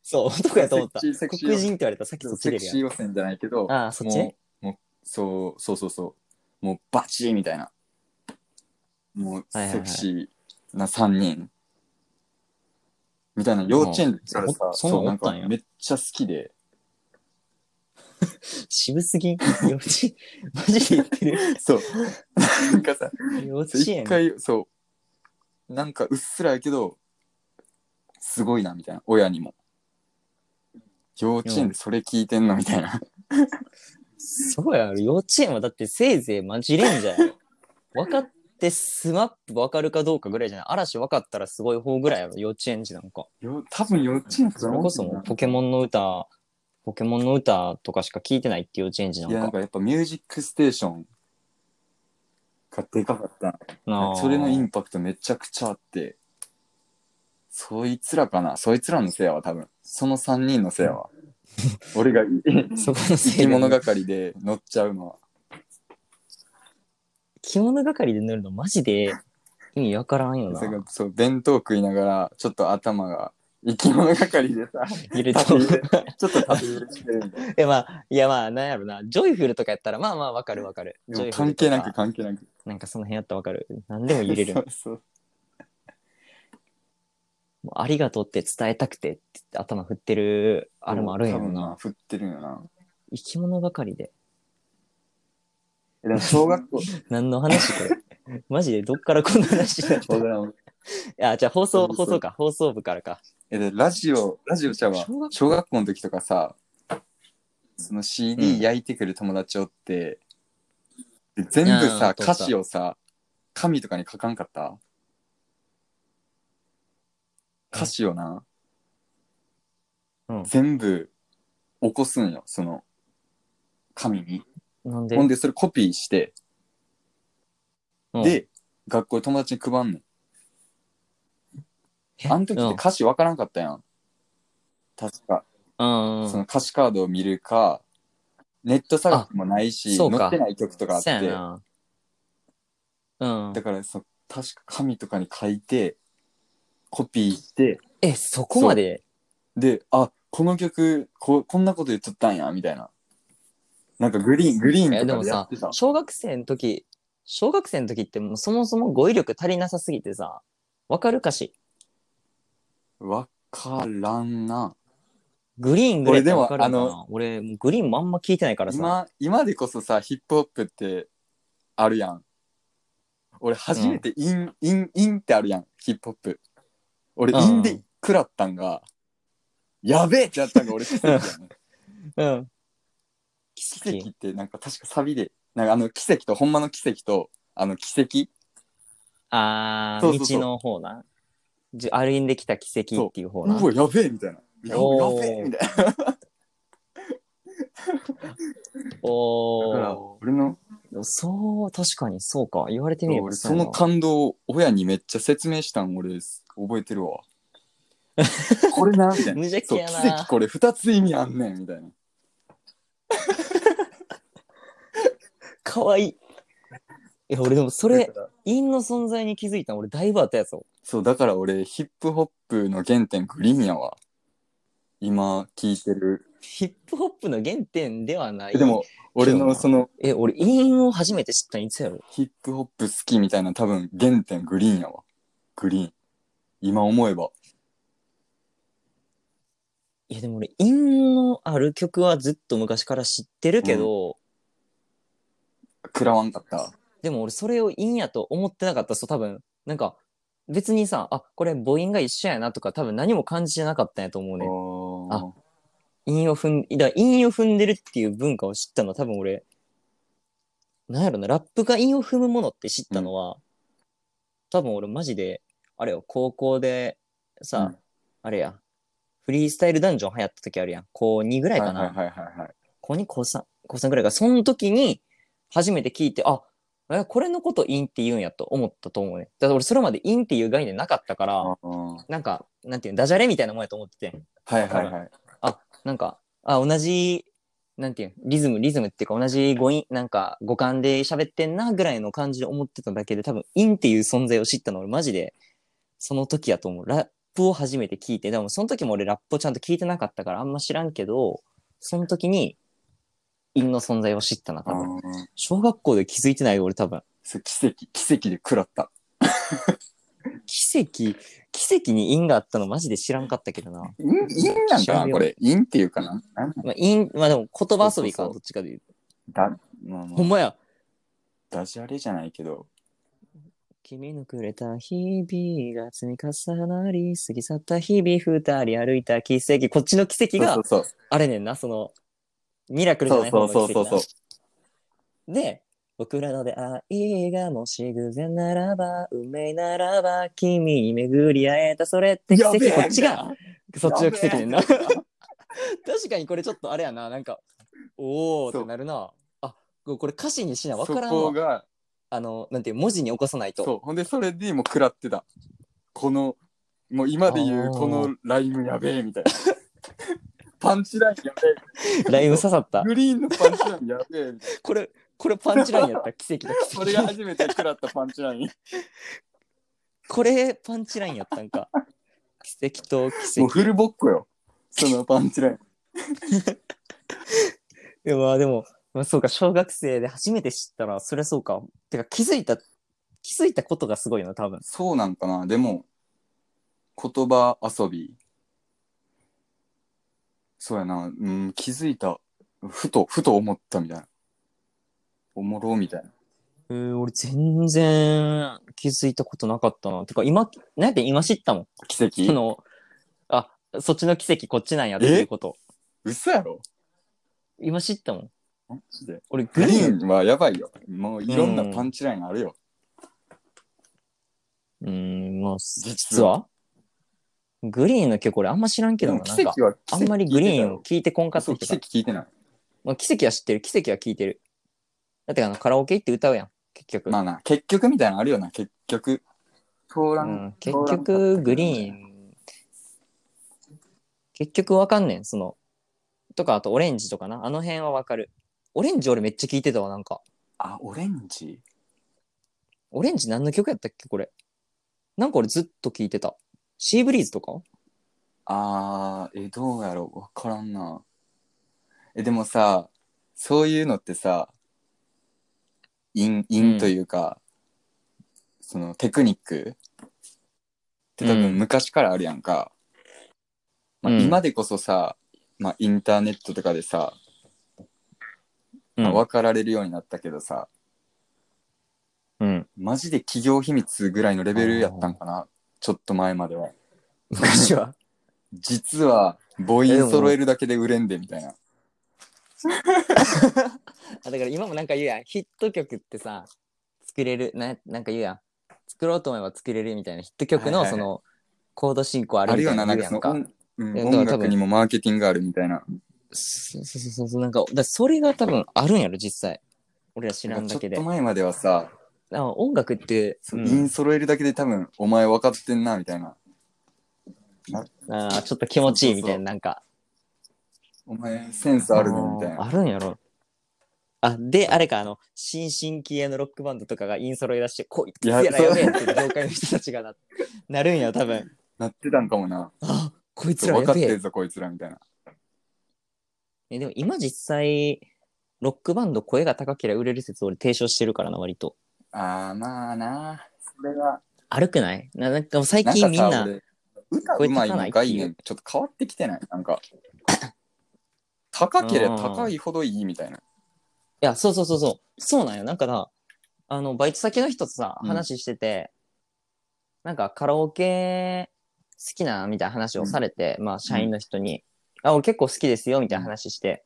そう男やと思った
セクシーセクシー
黒人って言われたらさっきそっち
セ
出
ク
る
シー
や
予選じゃないけど
んああそっちね
もうもうそうそうそうそうもうバチーみたいなもう
はいはいはい
セクシーな3人みたいな幼稚園からさ
うんそ
そ
そん
う
なんお
なん
った
か
んや
めっちゃ好きで
渋すぎん幼稚 *laughs* 園マジで言ってる *laughs*
そうなんかさ
幼稚
一
園
回そうなんかうっすらやけどすごいなみたいな親にも幼稚園でそれ聞いてんのみたいな
そうやろ、幼稚園はだってせいぜいマジレンジャ
*laughs*
ーやろ。分かってスマップ分かるかどうかぐらいじゃない嵐分かったらすごい方ぐらいやろ、幼稚園児なんか。
よ多分幼稚園だと
それ
思う
こそもうポケモンの歌、ポケモンの歌とかしか聞いてないって幼稚園児ない
やなん
んか。
かやっぱミュージックステーションがでかかった
な
な
あ
それのインパクトめちゃくちゃあってそいつらかなそいつらのせいやわ多分その3人のせ
*laughs*
いやわ俺がい
そこの
生
せい
き
で
物係で乗っちゃう
*laughs*
のは
着物係で塗るのマジ
*laughs*
で意味わからんよな
そ。れがそう弁当食いながらちょっと頭が生き物係で
*laughs*
さ
いると思う
縦揺れちょっと縦揺れしてるみた
*laughs*
いな
え、まあ、いやまあ、なんやろな。ジョイフルとかやったら、まあまあわかるわかる。ジ
で
ョ
も
イフル
関
と
係
か
なく関係なく
なんかその辺やったらわかる。何でも揺れる
*laughs* そ。うそう
もうありがとうって伝えたくてって頭振ってるあれもあるんや
多
ろ
分
な。
振ってるんやな
生き物ばかりで。
えでも小
*laughs*
学校
何の話こ
*laughs*
れ。マジでどっからこんな話になった
わからん
あ、じゃあ放送、
そう
放
そう
送か。放送部からか。
えでラジオラジオちゃうわ
小学校
小学校の時とかさそ
う
の
ん
CD 焼いてくる友達おって、で全部
あー
さ
撮った
歌詞をさ紙とかに書かんかった歌詞をな、
うん
全部起こすんよその紙に
なんで
ほんでそれコピーして、
うん
で学校で友達に配んねん
え
あの時っ
う
て
ん
歌詞わからんかったやん確か
うんうん
その歌詞カードを見るか、ネット探しもないし、
あそうか
載ってない曲とかあっ
そ
て、
うやな。うん
だ。からそ、確か紙とかに書いて、コピーして、
え、そこまで
で、あ、この曲こ、こんなこと言っとったんや、みたいな。なんかグリーン、グリーン
いや、で
とか
も
でやっ
さ
てた、。
小学生の時、小学生の時ってもうそもそも語彙力足りなさすぎてさ、わかる歌詞。
わからんな。
グリーンぐらい
俺でも
わかるか
あ
な俺、もうグリーンもあんま聞いてないからさ。
今、今でこそさ、ヒップホップってあるやん。俺、初めてイン、イン、インってあるやん、ヒップホップ。俺、
うん
インで食らったんが、やべえってなったんが俺、奇跡
*laughs*
やね。
うん。
奇
奇
跡
跡。
って、なんか確かサビで、なんかあの、奇跡と、ほんまの奇跡と、あの、奇跡
あー
そうそうそう
道の方な。じ歩んできた奇跡っていう方な。
うわ、やべえみたいな。や
おー
やべえみたいな。だから
お
俺の
ー。そう、確かにそうか。言われてみれば
俺
う
そ
やな
の感動を親にめっちゃ説明したん俺覚えて
*laughs*
るわこれなんみたいな
無邪気
そう
やな
奇跡これ2つ意味あんねんみたいな
かわいい。いや、俺でもそ
だ
れ
か、ら
陰の存在に気づいたの俺だいぶあったやつを。
そうだから俺ヒップホップの原点グリーンやわ今聞いてる
ヒップホップの原点ではない。
で、も俺のその
え、俺、陰を初めて知ったのいつやろ
ヒップホップ好きみたいな多分原点グリーンやわグリーン今思えば
いや、でも俺、陰のある曲はずっと昔から知ってるけど、
食らわんかった
でも俺、それを陰やと思ってなかったそう、多分。なんか、別にさ、あ、これ母音が一緒やなとか、多分何も感じてなかったんやと思うね。
あー
陰を踏ん、だから陰を踏んでるっていう文化を知ったのは多分俺、なんやろな、ラップが陰を踏むものって知ったのは、多分俺マジで、あれよ、高校でさ、
うん
あれや、フリースタイルダンジョン流行った時あるやん。高2ぐらいか
はいはい
な。
はいはいはい
高2、高3、高3ぐらいか。その時に初めて聞いて、あ、えこれのこと陰って言うんやと思ったと思うね。だから俺それまで陰っていう概念なかったから、
あー
なんか、なんていうの、ダジャレみたいなもんやと思っててん。
はいはいはい
あ、なんか、あ、同じ、なんていうのリズム、リズムっていうか、同じ語音、なんか、五感で喋ってんな、ぐらいの感じで思ってただけで、多分、インっていう存在を知ったの、俺、マジで、その時やと思う。ラップを初めて聞いて、でも、その時も俺、ラップをちゃんと聞いてなかったから、あんま知らんけど、その時に、インの存在を知ったな、
あ
多分。
ー
小学校で気づいてないよ、俺、多分。
そう奇跡奇跡で食らった
奇跡、奇跡にインがあったの、マジで知らんかったけどな。
インインなんかなこれ。インっていうかな。なんなん
まあ、イン、まあでも、言葉遊び
そ
か、
うそうそう
どっちかで言う。
だ、まあま
ほん
あ、
まや。
ダジャレじゃないけど。
君のくれた日々が積み重なり、過ぎ去った日々、二人歩いた奇跡。こっちの奇跡が
そう、そう
あれねんな、その、ミラクルじゃ
そ
な
う。
い
そ
方の
うそう
奇
そ
跡
うそう
な。で、僕らの出会いがもし偶然ならば、運命ならば、君に巡り会えた、それって奇
や
跡。
べえ
こっちが、そっちの奇跡ねんな。
やべえ
確かにこれちょっとあれやな、なんか、おーってなるな。あ、これ歌詞にしな、わ
そ
からん
こ
わ。
が、
あの、なんていう、文字に起こさないと。
そう。ほんで、それでもう食らってた。この、もう今で言
あ
う
ー
このライムやべえみたいな。 *laughs* パンチラインやべえ。
ライブ刺さった。
グリーンのパンチラインやべえみたいな。
これ、これパンチラインやった。奇跡だ。奇
それが
跡
初めて食らったパンチライン。
これパンチラインやったん
*laughs*
か。奇跡と奇
もう
跡。
フルボッコよ。そのパンチライン。
いやまあでも、まあ、そうか、小学生で初めて知ったら、そりゃそうか。てか気づいた、気づいたことがすごいな、多分。
そうなんかな。でも、言葉遊び。そうやな。うん、気づいた。ふと、ふと思ったみたいな。おもろみたいな。
えー、俺全然気づいたことなかったな。てか今、なんやって今知ったもん。
奇
そ
跡
の、あ、そっちの奇跡こっちなんやっていうこと。
嘘やろ
今知ったもん。
マジで。
俺グ
グ
リ
リ
ーン。
ーンはやばいよ。もういろんなパンチラインあるよ。
うーん、まあ、実
実
はグリーンの曲俺あんま知らんけ
で
ど
も
な。なん
奇
か
跡は奇
あ
跡
んまりグリーンを
聞いて
聞いてこん
た
か
よ
った
そ
っ
う、
ていうか
奇跡聞いてない。
まあ、奇跡は知ってる、奇跡は聞いてる。だってあの、カラオケ行って歌うやん、結局。
まあな、結局みたいなのあるよな、結局。通ら。
うんん、結局、グリー
ン。
ン、結局わかんねん、その、とか、あとオレンジとかな、あの辺はわかる。オレンジ俺めっちゃ聞いてたわ、なんか。
あ、オレンジ
オレンジ何の曲やったっけ、これ。なんか俺ずっと聞いてた。シーブリーズとか
あー、え、どうやろうわからんな。え、でもさ、そういうのってさ、因、因というか、そのテクニックって多
う
分
ん
昔からあるやんか。ま
う
あ、
ん
今でこそさ、まあ、インターネットとかでさ、
うん
まあ分かられるようになったけどさ、
うん。
マジで企業秘密ぐらいのレベルやったんかなちょっと前までは。
昔は。
実は母音
えでも
揃えるだけで売れんでみたいな。
あだから今もなんか言うやんヒット曲ってさ作れるななんか言うやん作ろうと思えば作れるみたいなヒット曲の
はいはいはい
その、コード進行あ
あ
る
る
みた
よ
いな
な、
の
なん
言
か
うや
その
んか
音,、うん、
いやだから
音
多分
楽にもマーケティングあるみたいな。
そうそうそうそうなんかだからそれが多分あるんやろ実際俺ら知らんだけ
ち
で
ょっと前まではさ、
あ音楽って、
そううん音揃えるだけで多分お前分かってんなみたいな。
あーちょっと気持ちいいみたい
そうそうそう
ななんか
お前センスあるのみたい
あー
な。
あるんやろあであれかあの新進気鋭のロックバンドとかがインソロい出してこいつやらやべえって業界の人たちがななるんやろ多分
*laughs* なってたんかもな。
あこいつら
分
や
かっ
べ
て
え
るぞこいつらみたいな。
えでも今実際ロックバンド声が高ければ売れる説俺提唱してるからな割と
あーまあな。それが。
悪くないななんかもう最
なん
近
か
みん
さ、
な
俺歌うまいの概念ちょっと変わってきてないなんか。高ければ高いほどいいみたいな。
いやそうそうそうそうそうなんよなんかなあのバイト先の人とさ
うん
話してて、なんかカラオケ好きなみたいな話をされて、まあ社員の人に、あ俺結構好きですよみたいな話して、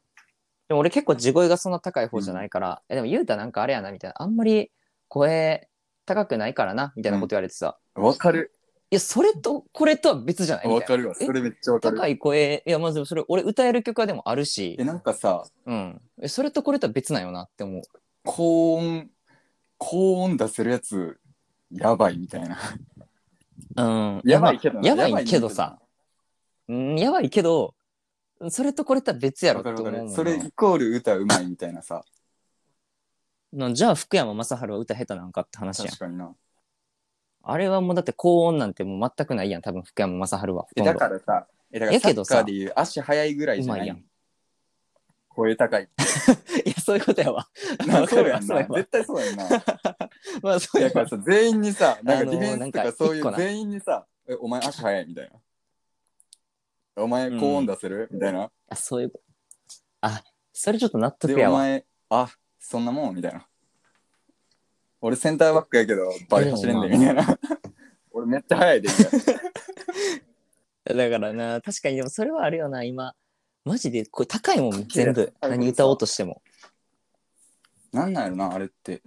でも俺結構地声がそんな高い方じゃないから、えでもゆうたなんかあれやなみたいなあんまり声高くないからなみたいなこと言われてさ、
わかる。
いや、それと、これとは別じゃないみ
わ
たい
か
な。
るわ。
え
それめっちゃわかる
高。い声、いや、まずそれ、俺歌える曲はでもあるし
え、、なんかさ、
うん。えそれとこれとは別なんよなって思う。
高音、高音出せるやつ、やばいみたいな。
うん。*laughs*
な
やばいけどさ。うん、やばいけど、それとこれとは別やろ
わ
って
かる
思
わ
うも
か
ん
る。
な
それイコール歌うまいみたいなさ。
なじゃあ、福山雅治は歌下手なんかって話やん
確。かにな。
あれはもうだって高音なんてもう全くないやん、多分福山雅治は。
え、
ほとんど
だからさ、え、だか
や
らサ
けど
ッ
さ
カーでいう足速いぐらいじゃ
うま
ないい
や
や
ん
ん。声高い。
いや、そういうことや *laughs* わ。
な *laughs* そうやん
そう
な。
やわ
絶対そうやんな。
まあ、そうや
だか
わ
ら。さ、全員
*laughs*
にさ、なん
あ
か
のー
ディフェンスと
なん
か
か
そうい
一個
う
な
全員にさ、え、お前足速いみたいな。お前高音出せるみたいな。
あ、そういう。あ、それちょっと納得
で、
や
お
わ。
前、あ、そんなもんみたいな。俺センターバックやけど、バリ走れんで、
でも
みたいな。 *laughs* 俺めっちゃ速いで、みたいな。
だからな、確かにでもそれはあるよな、今。マジで、これ高いもん、全部。何歌おうとしても。
なんなんやろな、あれって。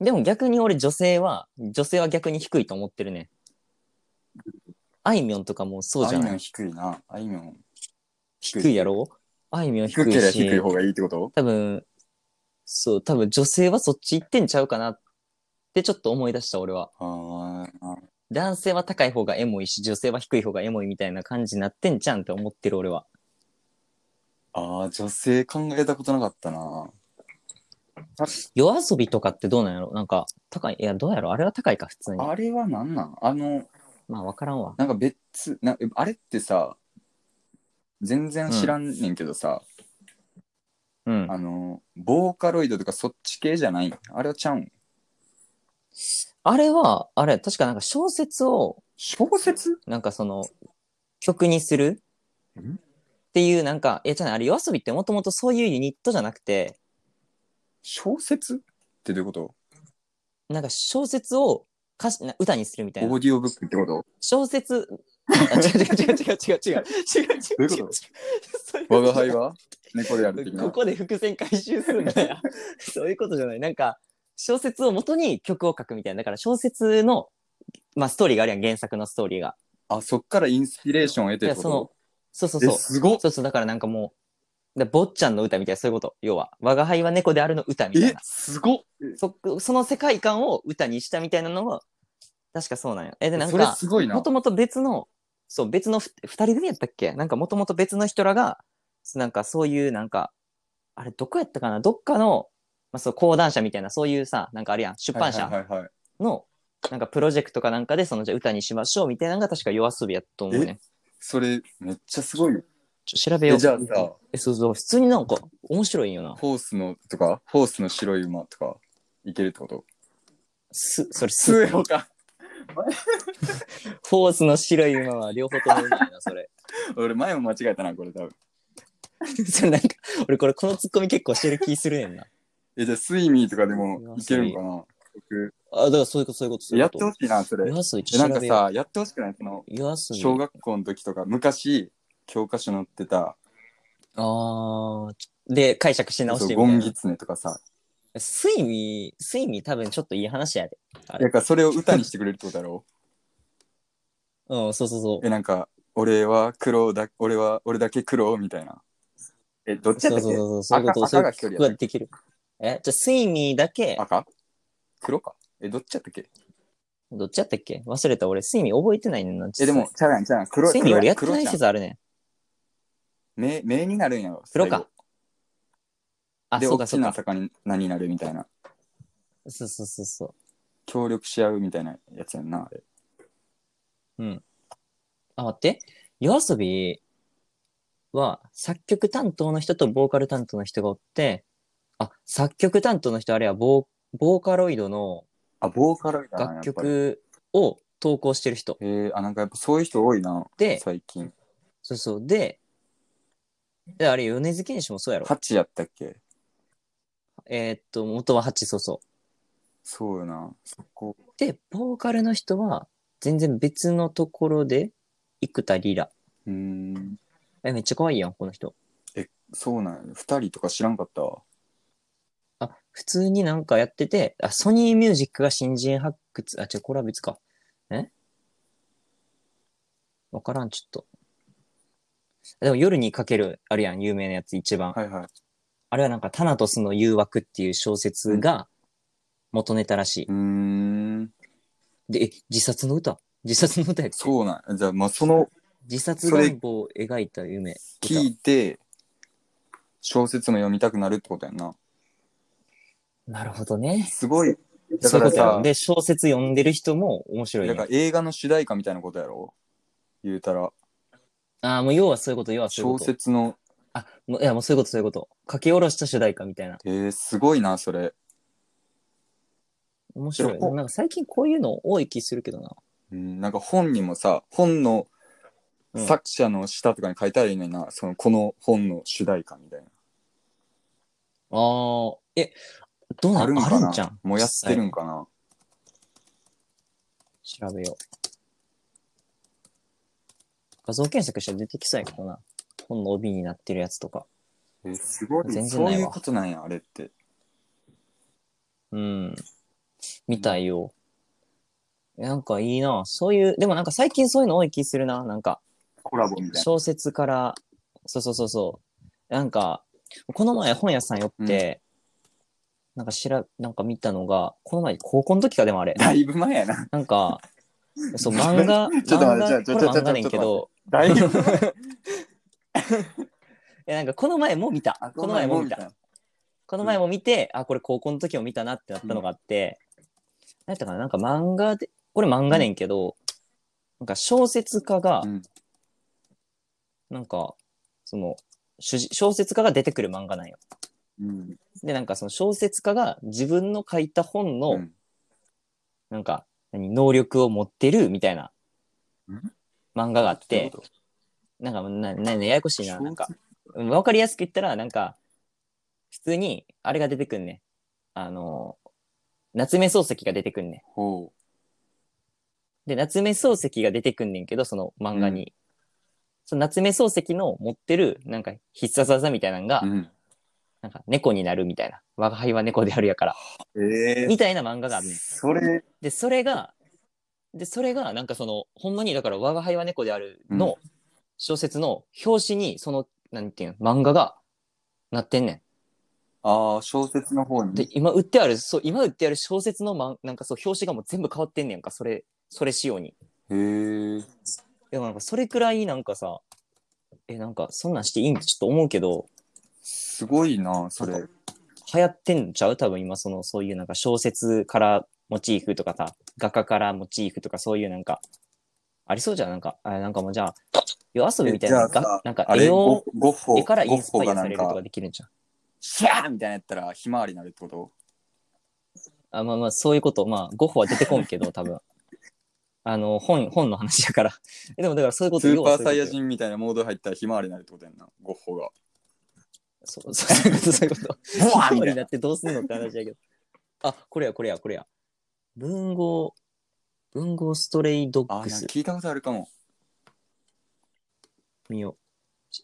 でも逆に俺、女性は、女性は逆に低いと思ってるね。あいみょんとかもそう
あ
じゃ
いみょ
なんい
低いな。あいみょん。低い
低いやろあいみょん低
低け
い
れば
し、
低い方がいいってこと
多分、そう、多分女性はそっち行ってんちゃうかなってちょっと思い出した、俺は。
ああ。
男性は高い方がエモいし、女性は低い方がエモいみたいな感じになってんちゃうんって思ってる、俺は。
ああ、女性考えたことなかったな。
夜遊びとかってどうなんやろなんか、高い、いや、どうやろあれは高いか、普通に。
あれはなんなんあの、
まあ、わからんわ。
なんか別、なあれってさ、全然知らんねんけどさ、
うん。
あの、ボーカロイドとかそっち系じゃないあれはちゃうん
あれは、あれ、確かなんか小説を、
小説
なんかその、曲にする
ん
っていう、なんか、いや、じゃあねあれ、夜遊びってもともとそういうユニットじゃなくて、
小説ってどういうこと
なんか小説を歌詞な歌にするみたい
オ
な
ー。ディオブックってこと
小説、あ違う違う違う違う違う違う違う違う違う違う違う
*laughs* どういうこと
そういうこと
我が輩は猫である的な。
ここで伏線回収するみたいな *laughs* そういうことじゃないなんか小説を元に曲を書くみたいなだから小説の、まあ、ストーリーがあるやん原作のストーリーが
あ、そっからインスピレーションを得て
い
る
や
こ
そ
と
のそうそう
え、
そう
すごっ
そうそうだからなんかもうだ坊っちゃんの歌みたいなそういうこと要は「我が輩は猫である」の歌みたい
え
な、
すごっ
そその世界観を歌にしたみたいなのは確かそうなんよえでなん
それ
か
すごいな
もと。もと別の、そう、別のふ2人組やったっけなんかもともと別の人らが、なんかそういうなんか、あれ、どこやったかなどっかの、まあ、そう、講談社みたいな、そういうさ、なんかあるやん、出版社
はいはいはいはい
の、なんかプロジェクトかなんかで、その、じゃあ歌にしましょうみたいなのが確か夜遊びやったと思うね。
それめっちゃすごいよ。
ちょ調べよ
え
う。
じゃあさ、
え、そうそう、普通になんか、面白いんよな。
ホースのとか、ホースの白い馬とか、いけるってこと
す、それ、
ス
す、
エホか。
フォースの白い馬は両方ともうまいな、そ
*laughs*
れ。
俺前も間違えたな、これ多分。
それなんか、俺これ、このツッコミ結構してる気するねんな。
え、じゃあスイミーとかでもいけるんかな僕
あ、だからそういうこと、そういうこと、そうい
や
う
っ
こ
て
と。
ほしいな、それ。
夜遊び、ち
え
ょ
な
っと調
んか
べよ
さ、やってほしくないその、
う。夜遊び。
小学校の時とか、昔、教科書載ってた、
ああ、ちょで、解釈し直し
そう
て
ゴ
みたい
ン
な
ギ。ツネとかさ、
睡眠、睡眠多分ちょっといい話やで。あれ
だからそれを歌にしてくれるってことだろ
うん、そうそうそう
え、。なんか、俺は黒だ、俺は、俺だけ黒みたいな。え、どっちや
そ
っ
う
た
そ
っ
う
け
そう、そういうこと、
赤
そういう
赤が一人や
ことができる。え、じゃあ、睡眠だけ、
赤黒かえ、どっちやったっけ
どっちやったっけ忘れた、俺、睡眠覚えてないねんな。
え、でも、ちゃうやん、ちゃうやん。黒
睡眠
黒
俺や
や
ってない
黒
説あるねん。
目、目になるんやろ。
黒
最後
か。。あ、
で、
そう
大
か、そ
き
う
な
か。
魚に何になるみたいな。
そうそうそうそ
協力し合うみたいなやつやんな。あれ
う。うん。あ、待って。夜遊びは、作曲担当の人とボーカル担当の人がおって、あ、作曲担当の人、あれはボー、ボーカロイドの
あ、ボーカルみたいな。
楽。曲を投稿してる人。
えー、あ、なんかやっぱそういう人多いな。
で
最近。
そうそう。で、であれ、米津玄師もそうやろ。
ハチやったっけ
えーっと、元は8、そうそ
そうよな。そこ。
う。で、ボーカルの人は、全然別のところで、生田リラ。
うーん。
え、めっちゃ可愛いやん、この人。
そうなんや、ね。二人とか知らんかったわ。
あ、普通になんかやってて、あ、ソニーミュージックが新人発掘、あ、違う、これは別か。えわからん、ちょっと。でも、夜にかける、あるやん、有名なやつ一番。
はいはい。
あれはなんか、タナトスの誘惑っていう小説が元ネタらしい。
うーん。
で、え、自殺の歌自殺の歌やっけ
そうなんや。じゃあ、まあ、その、
自殺願望を描いた夢。
聞いて、小説も読みたくなるってことやんな。
なるほどね。
すごい。だ
そ
か
ういうこ
ら
とやろ
さ、
で、小説読んでる人も面白い、
だ
ね
か。ら映画の主題歌みたいなことやろ言うたら、
ああ、もう要はそういうこと、要はそういう
小
こと。
説の、
あ、もういや、もうそういうこと、そういうこと。書き下ろした主題歌みたいな。
えー、すごいな、それ。
面白い。
でも
なんか最近こういうの多い気するけどな。
うん、なんか本にもさ、本の
うん
作者の下とかに書いたらいいのにな、その、この本の主題歌みたいな。
ああ、え、どうな
あるん
のあ
か
る
なん
じゃん。
もうやってるんかな
実際調べよう。画像検索したら出てきそうやけどな。本の帯になってるやつとか。
えーすごい。
全然
そ
な
う
いわ
いうことなんや、あれって。
うん。みたいよ。なんかいいな。そういう、でもなんか最近そういうの多い気するな。なんか、
コラボみたい
小説から、そうそうそうそう。なんか、この前本屋さん寄って、なんか知ら、なんか見たのが、この前高校の時かでもあれ。
な。だいぶ前やな。
なん
*laughs*
か、そう、漫画、
ちょっと
漫
待っ
画、
てち
こ
ょ
れ
ちょちょ
漫画ねんけ
ち
ど、
だ *laughs* いぶ前。
え、なんかこの前も見た。この前も見た。。この前も見て、あ、これ高校の時も見たなってなったのがあって、なんやったかな、なんか漫画で、これ漫画ねんけど、なんか小説家が、
うん
なんか、その、主人小説家が出てくる漫画なんよ。
うん。
で、なんかその小説家が自分の書いた本の、
うん
なんか、何、能力を持ってるみたいな
うん
漫画があっ
どういう
て、
こと
なんか、な、な、なややこしいな、
小
なんか。うんわかりやすく言ったら、なんか、普通に、あれが出てくんね。あのー、夏目漱石が出てくんね。
ほ
で、夏目漱石が出てくんねんけど、その漫画に。その夏目漱石の持ってる、なんか必殺技みたいなのが、
う。うん。
なんか猫になるみたいな。我が輩は猫であるやから。
え
みたいな漫画があるねん。
それ、
で、それが、で、それが、なんかその、ほんまに、だから、我が輩は猫であるの小説の表紙に、その、なんていうの、漫画がなってんねん。
ああ、小説の方に。
で、今売ってある、そう、今売ってある小説のまん、なんかそう、表紙がもう全部変わってんねんか、それ、それ仕様に。
へえ。
でもなんか、それくらいなんかさ、え、なんか、そんなんしていいんってちょっと思うけど、
すごいな、それ。
流行ってんちゃう多分今そのそういうなんか小説からモチーフとかさ画家からモチーフとかそういうなんかありそうじゃんなんかあなんかもうじゃあ夜遊びみたいな
えじゃあさ
がなんか
あれ
絵を
ゴゴッホ
絵からイ
ゴ
ン
ッ
スパ
ホ
イ
が
ア
な
さ
ん
れると
か
か、できるんじゃん
シャーみたいなやったら、ひまわりになるってこと
あまあまあそういうことまあゴッホは出てこん
*laughs*
けど多分あの本本の話やからえでもだからそういうこと
スーパ
要は
ーサ
そう
イ
いう
ヤ
ことよ
人みたいなモード入ったらひまわりになるってことやんな、ゴッホが。
そうそういうことそういうこと
*laughs* ボワー
一
みた
人
いな
だ。ってどうすんのって話だけど。あ、これやこれやこれや。文豪、文豪ストレイド
あ、
ッ
な
グ
んか
ス
聞いたことあるかも。
見よ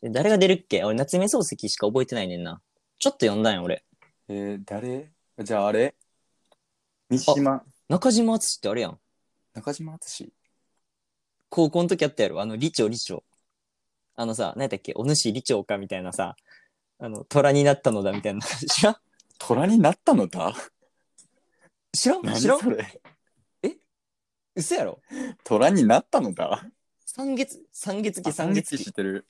う。え誰が出るっけ俺夏目漱石しか覚えてないねんな。ちょっと読んだんよ俺。
えー、誰じゃああれ三島。
中島敦ってあれやん。
中島敦
高校の時あったやろ。あの、理長理長。あのさ、何やったっけお主理長かみたいなさ、あの、虎になったのだみたいな。 *laughs* 知らん
虎になったのだ
知らん
何
知らん
それ
嘘やろ
虎になったのだ
三月、三月期
あ
三月
知
期
っ。てる。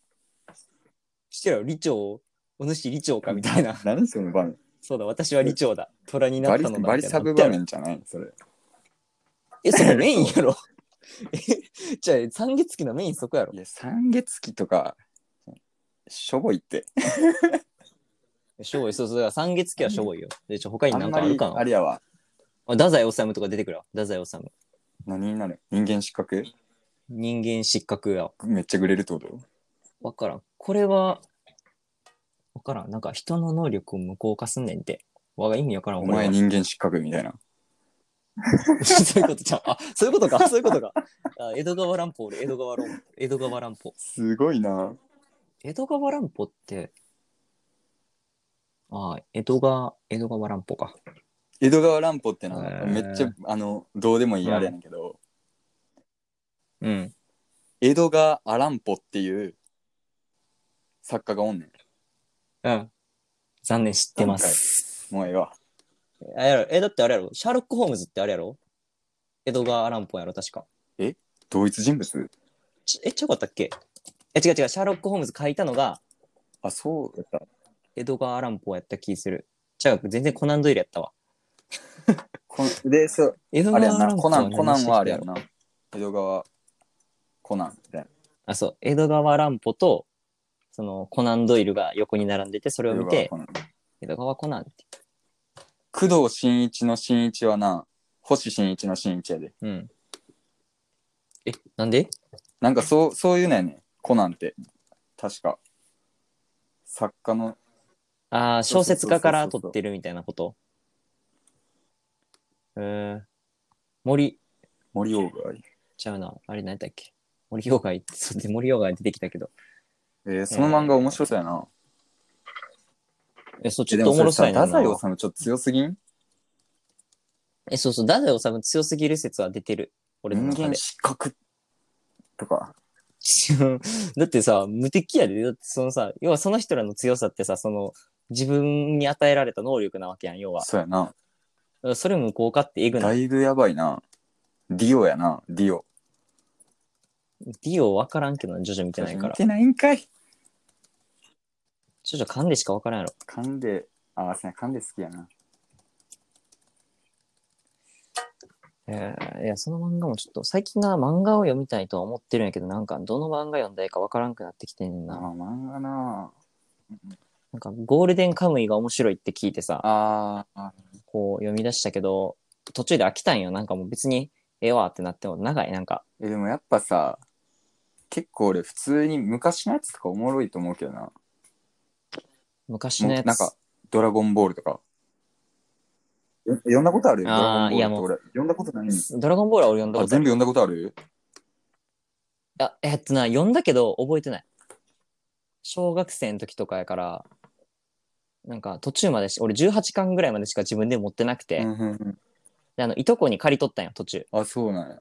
知ってるやろ理長、お主理長かみたい *laughs* な。
何その場面
そうだ、私は理長だ。虎にな
バ
った
リ
のだみた *laughs*
バ
い
リ
な。
サブ場面じゃないそれ。
え、それメインやろ。 *laughs* え、じゃあ、三月期のメインそこやろ
い。や、三月期とか、しょぼいって。
しょぼい、そうそう、だから三月期はしょぼいよ。で、ちょ、他に
あ
なんん
ま
かある
り
かな
あれやわ。
あ太宰治とか出てくるわ。太宰治。
何になる人間失格
人間失格や。
めっちゃグレるってこと
わからん。これは、わからん。なんか人の能力を無効化すんねんて。わが意味わからん。
お
これは
前人間失格みたいな。
*laughs* そういうことじゃん。あ、そういうことか。そういうことか。あ江戸川乱歩、俺、江戸川乱歩。江戸川乱歩。
すごいな。
江戸川乱歩って、ああ、江戸川、江戸川乱歩か。
江戸川乱歩ってな、
へー
めっちゃ、あの、どうでもいいあれやねんけど、
うん。
江戸川アランポっていう作家がおんね
うん。残念、知ってます。
ん。もうええわ。
あれやろえ、だってあれやろシャーロック・ホームズってあれやろ江戸川乱歩やろ確か。
同一人物
ちえ、ちゃうかったっけえ、違う違う、シャーロック・ホームズ書いたのが
あ、そうやった。
江戸川乱歩やった気する。ちゃう、全然コナンドイルやったわ。
こんで、そう、
江戸
あれやん
川
な。
乱
コ
歩
ナン、コナンはあれやん
ろ。
な。江戸川、コナンみたいな。
あ、そう、江戸川乱歩と、そのコナンドイルが横に並んでて、それを
江戸
見
川
て、
コナン。
江戸川コナンって。
工藤新一の新一はな、星新一の新一やで。
うん。え、なんで
なんかそう、そういうのやねん。コナンって。確か。作家の、
ああ、
そう
小
そう
説
そうそう
家から撮ってるみたいなこと。えー、森、
森鴎外。
ちゃうな。あれ何やったっけ森鴎外って、そうで森鴎外出てきたけど。
えー、その漫画面白そうやな。
え、そう、ちょ
え
っ
で
と
も
おもろそうやねん
太
な
宰。治ちょっと強すぎん
え、そうそう、太宰治強すぎる説は出てる。俺の
人
中
間
で。
失格とか。
*laughs* だってさ、無敵やで。だってそのさ、要はその人らの強さってさ、その、自分に与えられた能力なわけやん、要は。だ
そうやな。
からそれ無効化ってえぐな
だ
い。
いぶやばいな。ディオやな、ディオ。
ディオ分からんけどな、ジョジョ見てないから
見。てないんかい。
ジョジョ噛んでしか分からんやろ。
噛んで、ああ、そうや、噛んで好きやな。
えーいや、その漫画もちょっと、最近な、漫画を読みたいとは思ってるんやけど、なんか、どの漫画読んだらいいかわからんくなってきてんねん
あ
な。
ー漫画な
なんか、ゴールデンカムイが面白いって聞いてさ、
あーあ
こう読み出したけど、途中で飽きたんよ。なんかもう別に、ええわってなっても、長い、なんか。
ー。え、でもやっぱさ、結構俺普通に昔のやつとかおもろいと思うけどな。
昔
も
の
う
やつ。
なんか、ドラゴンボールとか。よ読んだことあるド
あー
ラゴンボール
いや
って
もう
俺、読んだことないねん
ドラゴンボールは俺読んだ
あ
ことある。
全部読んだことある
あ、えっとな、読んだけど覚えてない。小学生の時とかやから、なんか途中までし、俺18巻ぐらいまでしか自分で持ってなくて、
うんうんうん。
であの、いとこに借り取ったんよ、途中。
あ、そうなんや。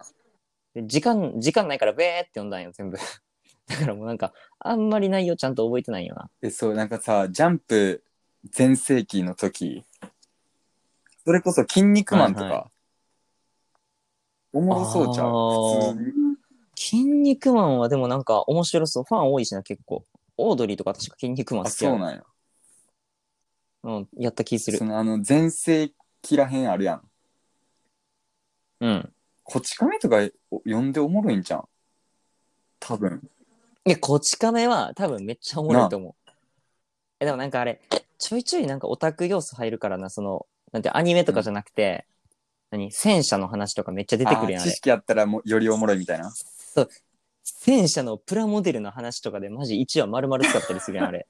で時間、時間ないからべーって読んだんよ、全部。 *laughs* だからもうなんか、あんまり内容ちゃんと覚えてないよな。
え、そう、なんかさ、ジャンプ全盛期の時、それこそ筋肉マンとか、
はい
おもろそうちゃ
あ
う
ー
普通に
筋肉マンはでもなんか面白そう。ファン多いしな、結構。オードリーとか確か筋肉マン
あ、
好き
そ
や
う
な。
なんや。
うん、やった気する
そ。のあの全盛期らへんあるやん
うん。
こち亀とか呼んでおもろいんじゃん多分
いや、こち亀は多分めっちゃおもろいと思う。え、でもなんかあれ、ちょいちょいなんかオタク要素入るからな、その、なんてアニメとかじゃなくて、何戦車の話とかめっちゃ出てくるやん、
あ
あ
ー知
れ。
識あったらもよりおもろいみたいな
そう。戦車のプラモデルの話とかでマジ1話丸々使ったりするやん、あ
*laughs*
れ。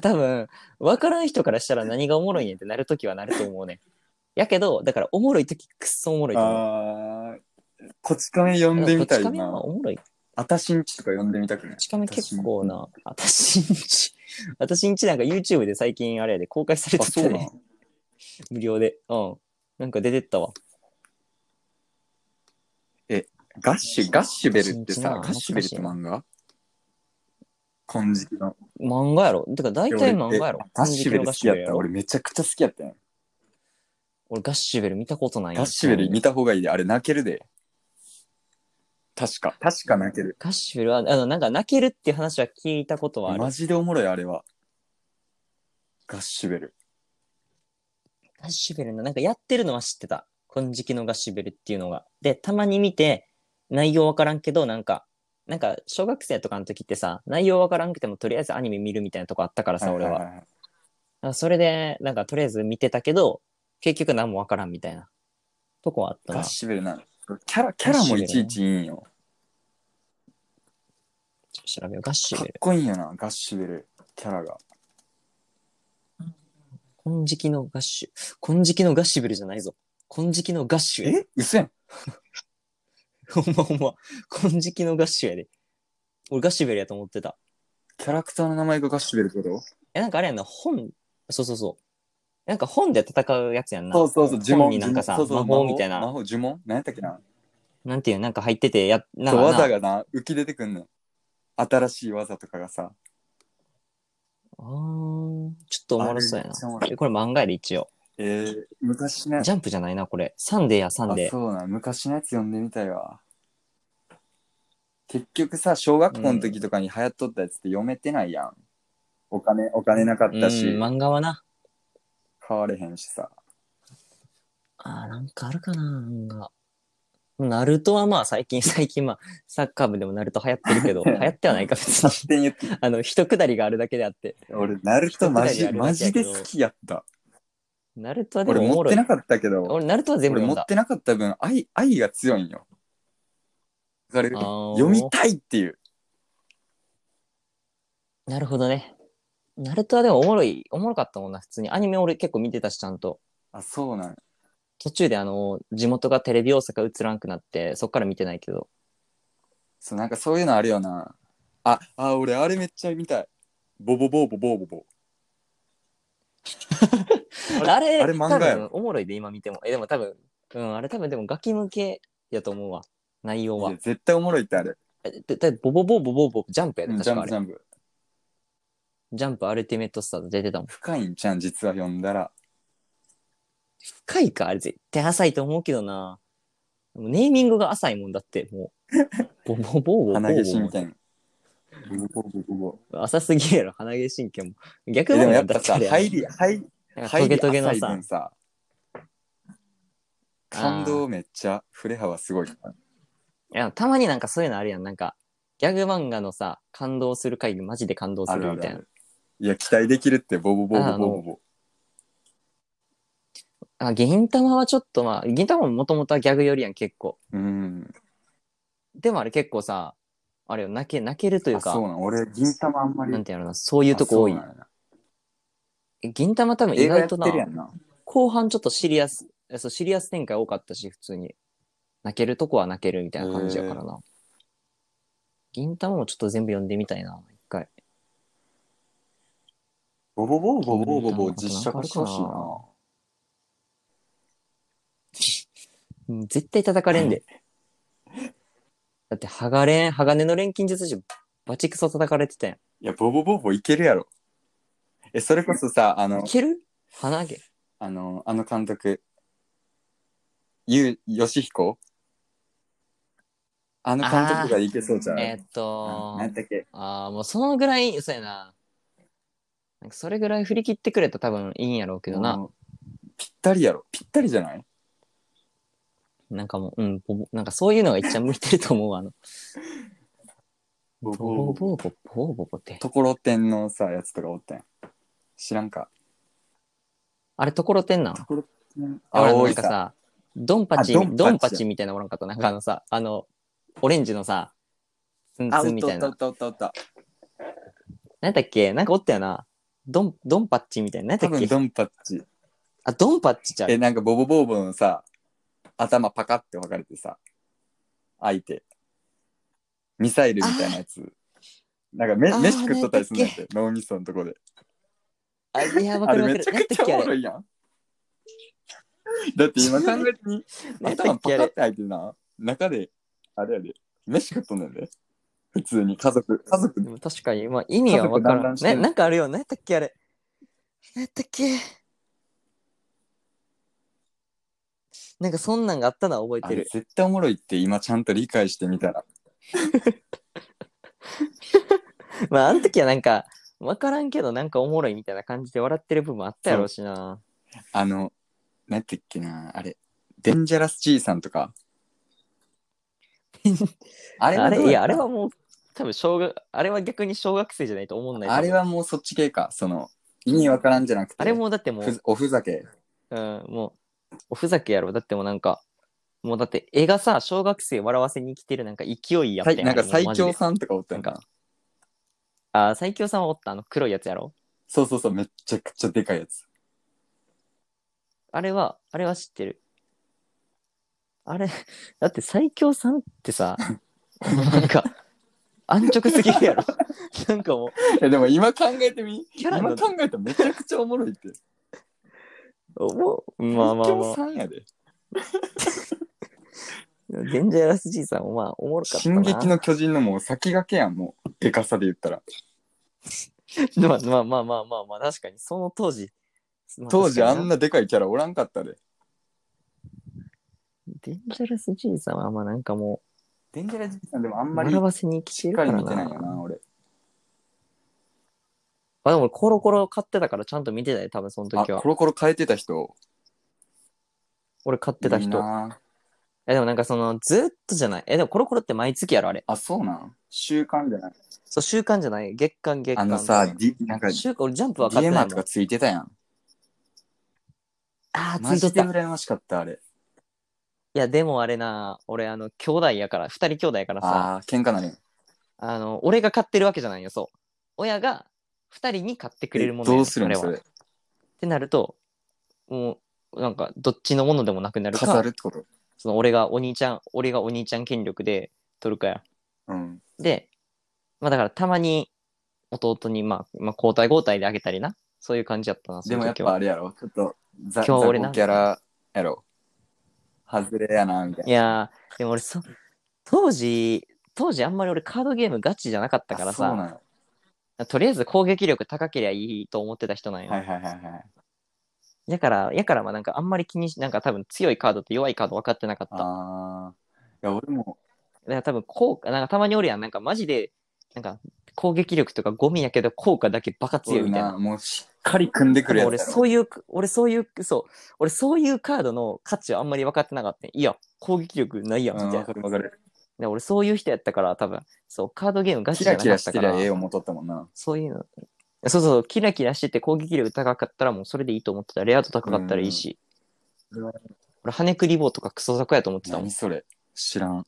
多分、分からん人からしたら何がおもろいねんってなるときはなると思うねん。やけど、だからおもろいときくっそおもろいと思う。
あーこち亀呼んで
でもこ
みた
ち
い
亀
な
はおもろい。こ
あたしんちとか呼んでみたくない
ち亀結構な、私んち、 *laughs* 私んちなんか YouTube で最近あれやで公開され
あ
てた
そうな
ね
の。
無料で。うん。なんか出てったわ。
ガッシュガッシュベルって
あ
さガッシュベルって漫画金色の
漫画やろてか大体漫画やろ
俺えガッシュベル好きやった
俺
俺めちゃくちゃ好きやったやん
俺ガッシュベル見たことないやん
ガッシュベル見た方がいいであれ泣けるで確か確か泣ける
ガッシュベルは、あの、なんか泣けるっていう話は聞いたことはある。
マジでおもろいあれはガッシュベル
ガッシュベルの、なんかやってるのは知ってた。金色のガッシュベルっていうのが。で、たまに見て、内容わからんけど、なんか、なんか、小学生とかの時ってさ、内容わからんくても、とりあえずアニメ見るみたいなとこあったからさ、俺は。
いいいい
なんかそれで、なんか、とりあえず見てたけど、結局何もわからんみたいな。とこはあった
ガ
な
ッ。シュベルなキャラキャラもいちいちいいんよ
ちょっと調べよう。ガッシュ
かっ
ベル。
こいいよなガッシュベルキャラが
金色のガッシュ。金色のガッシュベルじゃないぞ。金色のガッシュや。
えうせん
*laughs* ほんまほんま。金色のガッシュやで。俺ガッシュベルやと思ってた。
キャラクターの名前がガッシュベルってこと
え、なんかあれやんな、本、そうそうそう。なんか本で戦うやつやんな。
そうそうそう呪
本
文
になんかさ
呪文そうそう
魔法みたいな
魔法呪文何やったっけな
なんていうのなんか入ってて、や、なん
そう
かな
技がな浮き出てくんねん新しい技とかがさ
あーちょっとおもろそうや
あれめっちゃおも
な。
ろ
えこれ漫画やで一応。
えー、昔ね
ジャンプじゃないな、これ。サンデーやサン
あ
デー。
そうなん昔のやつ読んでみたいわ結局さ小学校の時とかに流行っとったやつって読めてないやん、お金お金なかっ
うん、
たし、
漫画はな。
買われへんしさ
あーなんかあるかな、漫画。ナルトはまあ最近、 *laughs* 最近まあ、サッカー部でもナルト流行ってる
*laughs*
けど、流行ってはないか別に。 *laughs*
勝手に言って
あの、一くだりがあるだけであって。
俺ナルトマジ
一人でやるだ
マ
け
ジ
やけ
で
ど
好きやった
ナルトはで
俺
もお
持
も
っ
ろ
て
い。
なかったけど
俺、ナルトは全部
俺持
読ん
っ
だ。
てなかった分愛愛が強いんよわかる
あー
読みたいっていう
なるほどね。ナルトはでもおもろい、おもろかったもんな、普通に。アニメ俺結構見てたし、ちゃんと。
あそうなん
途中であの、地元がテレビ大阪映らんくなって、そっから見てないけど。
そうなんかそういうのあるよなああ俺あれめっちゃ見たいボボボーボボーボボあれ
あれ、
あれ漫画やろ
多分おもろいで今見ても。え、でも多分、うん、あれ多分でもガキ向けやと思うわ。内容
い
は
や。絶対おもろいってあれ
えだだボボボボボボボジャンプや
う
で、
んジ
確
ャ
か
ン
あ
プ
れ
ジ。ャンプ
ジャンプアルティメットスタート出てたもん。
深いんちゃん実は読んだら
深いか、あれ絶対浅いと思うけどな。でもネーミングが浅いもんだって、も
*laughs*
う。ボボボボボボ
鼻毛神剣ボボボボボ
浅すぎるやろ、鼻毛神経も。逆
えで
も
もやっ
だ
ぱさ
あれ
入り入り
なんかト
入
ゲ
り
トゲ
浅
の
い
さ
分、さ感動めっちゃ振れ幅すごいから
いやたまになんかそういうのあるやん。なんか、ギャグ漫画のさ、感動する回でマジで感動す
ある
る
あ
みたい
るあ
な。
るいや期待できるってボボボボボボボボ
あ銀玉はちょっとまあ、銀玉ももともとはギャグよりやん、結構。
うん
でもあれ結構さ、あれよ、泣け、泣けるという
あそう
か、
なん俺銀玉あんまり
なんていうのかな、そういうとこ多い
あそう。なんやな
え銀玉多分意
映画や
外
って
とな
る、やんな
後半ちょっとシリアス、えそう、シリアス展開多かったし、普通に。泣けるとこは泣けるみたいな感じやからな。銀玉もちょっと全部読んでみたいな、一回。
ボボボボボボボボ実写化してほしいな。
うん絶対叩かれん
*laughs*
で。だって、鋼、鋼の錬金術師、バチクソ叩かれてたや
いや、ボボボボいけるやろ。え、それこそさ、あ
ん。
の
い、ける鼻毛。
あの、あの監督、ゆう、よしひこあの監督がいけそうじゃない
えーっと
なんだっけ
ああ、もうそのぐらい、そうやな。なんかそれぐらい振り切ってくれたら多分いいんやろうけどな。
うんぴったりやろ。ぴったりじゃない
なんかもう、うん、ぼぼなんかそういうのがいっちゃ向いてると思うわ。あの、
ボ
ぼぼぼぼぼぼぼって。
ところてんのさ、やつとかおってん。知らんか。
あれ、ところてんなん
ところてん。
あの
青
ないんか
さ。
さ、ドンパチ、
あドンパチ
ドンパチみたいなのおらんかった。なんかあのさ、あの、オレンジのさ、ツン
あ、お
ツ
っ
ンみ
と
たい
っ
な
と。っとっとっと。
なんだっけなんかおったよな。ドン、ドンパッチみたいな。なん
多
だっ
分
け
ドンパッチ。
あ、ドンパッチちゃう
え、。なんかボボボーボーのさ、頭パカって分かれてさ、開いて、ミサイルみたいなやつ。なんかめ
あー
飯食っとったりするんだって、脳みそのとこで。
あ、いや、わ
あ
かるわか
れめ
る
ちゃ。
なん
くち
だ
ゃ
っけ
お
あ
もろ
れ。
いやん。だって今考えて
*laughs*
み、
なんだ
頭
っ
パ
けあ
カっ
れ
て。開いてるな。中で、あれやで、飯食っとんねんで。普通に家族、家族
でも確かに、まあ意味はわか
家族団ら
らん。
んして
ね、
る
なんかあるよ。なんだっけあれ。なんだっけなんかそんなんがあったのは覚え
あ
て
れ
る。
絶対おもろいって今ちゃんと理解してみたら。
*laughs* まああの時はなんか、わからんけどなんかおもろいみたいな感じで笑ってる部分あったやろうしな。
あの、なんてっけな、あれ、デンジャラス G さん
*laughs*
とか。あれ
あ
はどう
れ、いや、あ
った
れはもう、多分小学、あれは逆に小学生じゃないと思んないと思う。
あれはもうそっち系か。その、意味わからんじゃなくて。
あれもうだってもう
ふ、ざおふざけ。
うん、もう、おふざけやろ。だってもうなんか、もうだって絵がさ、小学生笑わせに来てるなんか勢いやった
さ
や
いなんか最強
ん。
さんとかおったやん
な
か。
あー、最強さんはおった、あの黒いやつやろ。
そうそうそう、めっちゃくちゃでかいやつ。
あれは、あれは知ってる。あれ、だって最強さんって
*laughs*
さ、なんか、安直すぎるやろ。なんかもう、
*laughs* え、でも今考えてみ。
キャラ
今
の
考えたらめちゃくちゃおもろいって。
もう、まあまあ
最
ま
強
あ。
さんやで。
デンジャラス爺さんもまあ、おもろかった
進
な。
撃の巨人のもう先駆けやん、もう。でかさで言ったら。
まあまあまあまあまあまあ、確かに、その当時。ま
当時あ
確かに
んなでかいキャラおらんかったで。
デンジャラス爺さんはまあなんかも
デンジャラス G さんでもあ
う、
んまり
笑わせに来
してっ
る
か
か
り
ら
見て
な。
ないよな、俺。
あ、でも俺コロコロ買ってたからちゃんと見てたよ、多分その
あ、
時は
コ。ロコロ変えてた人。
俺買ってた
いい
人。
な
え、でもなんかその、ずっとじゃない。え、でもコロコロって毎月やろ、あれ。
あ、そうなん習慣じゃない。
そう、週間じゃない。月間、月間。
あのさ、D- なんか、デ
週間、俺ジャンプは買って
ィエ
な
マ
い
と
もん
か。ついてたやん。
ああ、つ
マ
いと
ジ
っ
で
た。い
羨ましかった、あれ。
や、でもあれな、俺、あの、兄弟やから、二人兄弟やからさ、
ああー、喧嘩なるん。
あの、俺が買ってるわけじゃないよ、そう。親が二人に買ってくれるものやねん
どうする
あ
ん
れ
そ
は。っ
れ。
てなると、もう、なんか、どっちのものでもなくなるか。
飾るってこと
その俺がお兄ちゃん、俺がお兄ちゃん権力で取るかや。
うん。
で、まあだからたまに弟に、まあ、まあ、交代交代であげたりな。そういう感じやったな、そ
で
の
もやっ
時
ぱ
は。
あれやろ。ちょっと、ザ・ザ
今日
コ
俺
キ
な
ャラやろ。外れやな、みたい
いやー、でも俺そ、当時、当時あんまり俺カードゲームガチじゃなかった
な。
から
あそう
さ、
なの。
とりあえず攻撃力高ければいいと思ってた人なんよ。
はいはいはいはい。
だから、やからまあなんかあんまり気にし、なんか多分強いカードと弱いカード分かってなかった。だか
ああ。いや、俺も、
ら多分効果、なんかたまにおるやん、なんかマジで、なんか攻撃力とかゴミやけど効果だけバカ強いみたいな。
俺もうしっかり組んでくるやつ
俺
やろ。
そういう、俺そういう、そう、俺そういうカードの価値をあんまり分かってなかった。いや、攻撃力ないやん、み
う
たい
んわ
な
か。るわかる。
で俺そういう人やったから、多分、そう、カードゲームガチ
キ
じゃ
ラ
な
キ
か
ラ
っ
したて
か
り
ら、
ゃええ思っとったもんな。
そういうの。そうそう、キラキラしてて攻撃力高かったらもうそれでいいと思ってた。レア度高かったらいいし。
うん
俺、羽クリボーとかクソ雑魚やと思ってたもん
何。それ知らん。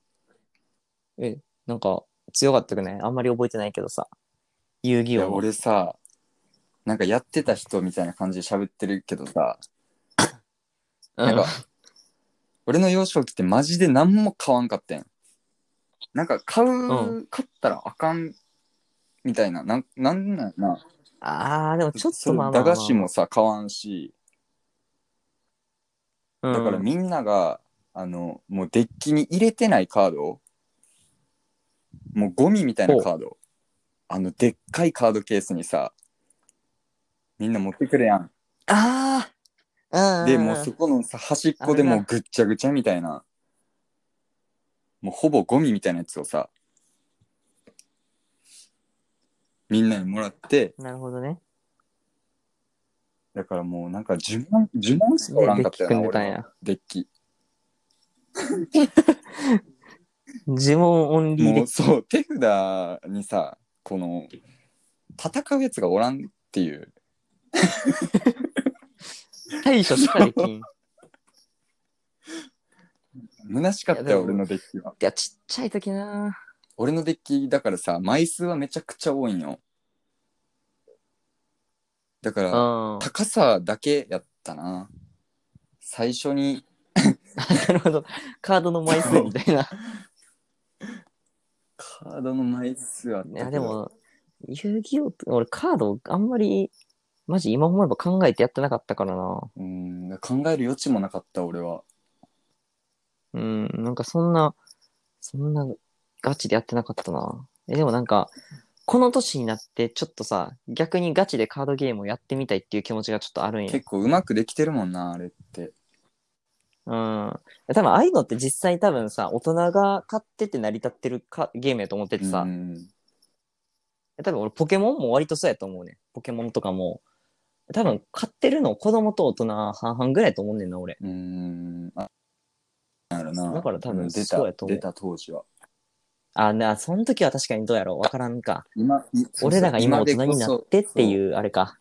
え、なんか、強かったくないあんまり覚えてないけどさ。遊
い
戯
や、
王の。
俺さ、なんかやってた人みたいな感じで喋ってるけどさ、なん
う
か
ん、
俺の幼少期ってマジで何も買わんかったん。なんか買う、
う
買ったらあかんみたいな、なんなんなんやろな。
あー、でもちょっ
そ
と
れ
まあまあまあ
駄菓子もさ、買わんし、だから
うん
みんなが、あの、もうデッキに入れてないカードをもうゴミみたいなカードをあの、でっかいカードケースにさ、みんな持ってくるやん。
あー。
で
んんん
もうそこのさ端っこで
あ
も
れ
う
な
ぐっちゃぐちゃみたいなもうほぼゴミみたいなやつをさみんなにもらって
なるほどね。
だからもうなんか呪文、呪文しかおらん
で、
か
でき
ったよ
組ん
な、
でたん
俺は
や。
デッキ。
呪文オンリー
も
で
う。そう、手札にさ、この、戦うやつがおらんっていう。
対処しかできん。い
虚しかった
いやで
よ、
も
俺のデッキは。
や、ちっちゃい時な
俺のデッキ、だからさ、枚数はめちゃくちゃ多いんよ。だから、
うん。
高さだけやったな最初に
なるほど。カードの枚数みたいな。
カードの枚数あった
い
けど
や、でも、遊戯王って、俺カードあんまり、マジ今思えば考えてやってなかったからな
うん考える余地もなかった俺は
うん、なんかそんな、そんなガチでやってなかったな。え、でもなんか、この年になってちょっとさ、逆にガチでカードゲームをやってみたいっていう気持ちがちょっとあるんや。
結構うまくできてるもんなあれって
うん。多分ああいうのって実際多分さ、大人が買ってて成り立ってるかゲームやと思っててさ、
うん
多分俺ポケモンも割とそうやと思うね。ポケモンとかも。多分買ってるの子供と大人半々ぐらいやと思うねんな、俺。
うんあなるな
だから多分
ん出
そうや
た
と思う
出た当時は
あ、な、その時は確かにどうやろうわからんか。
今い
俺らが今大
で
人
こ
に
そ
なってっていう、あれか。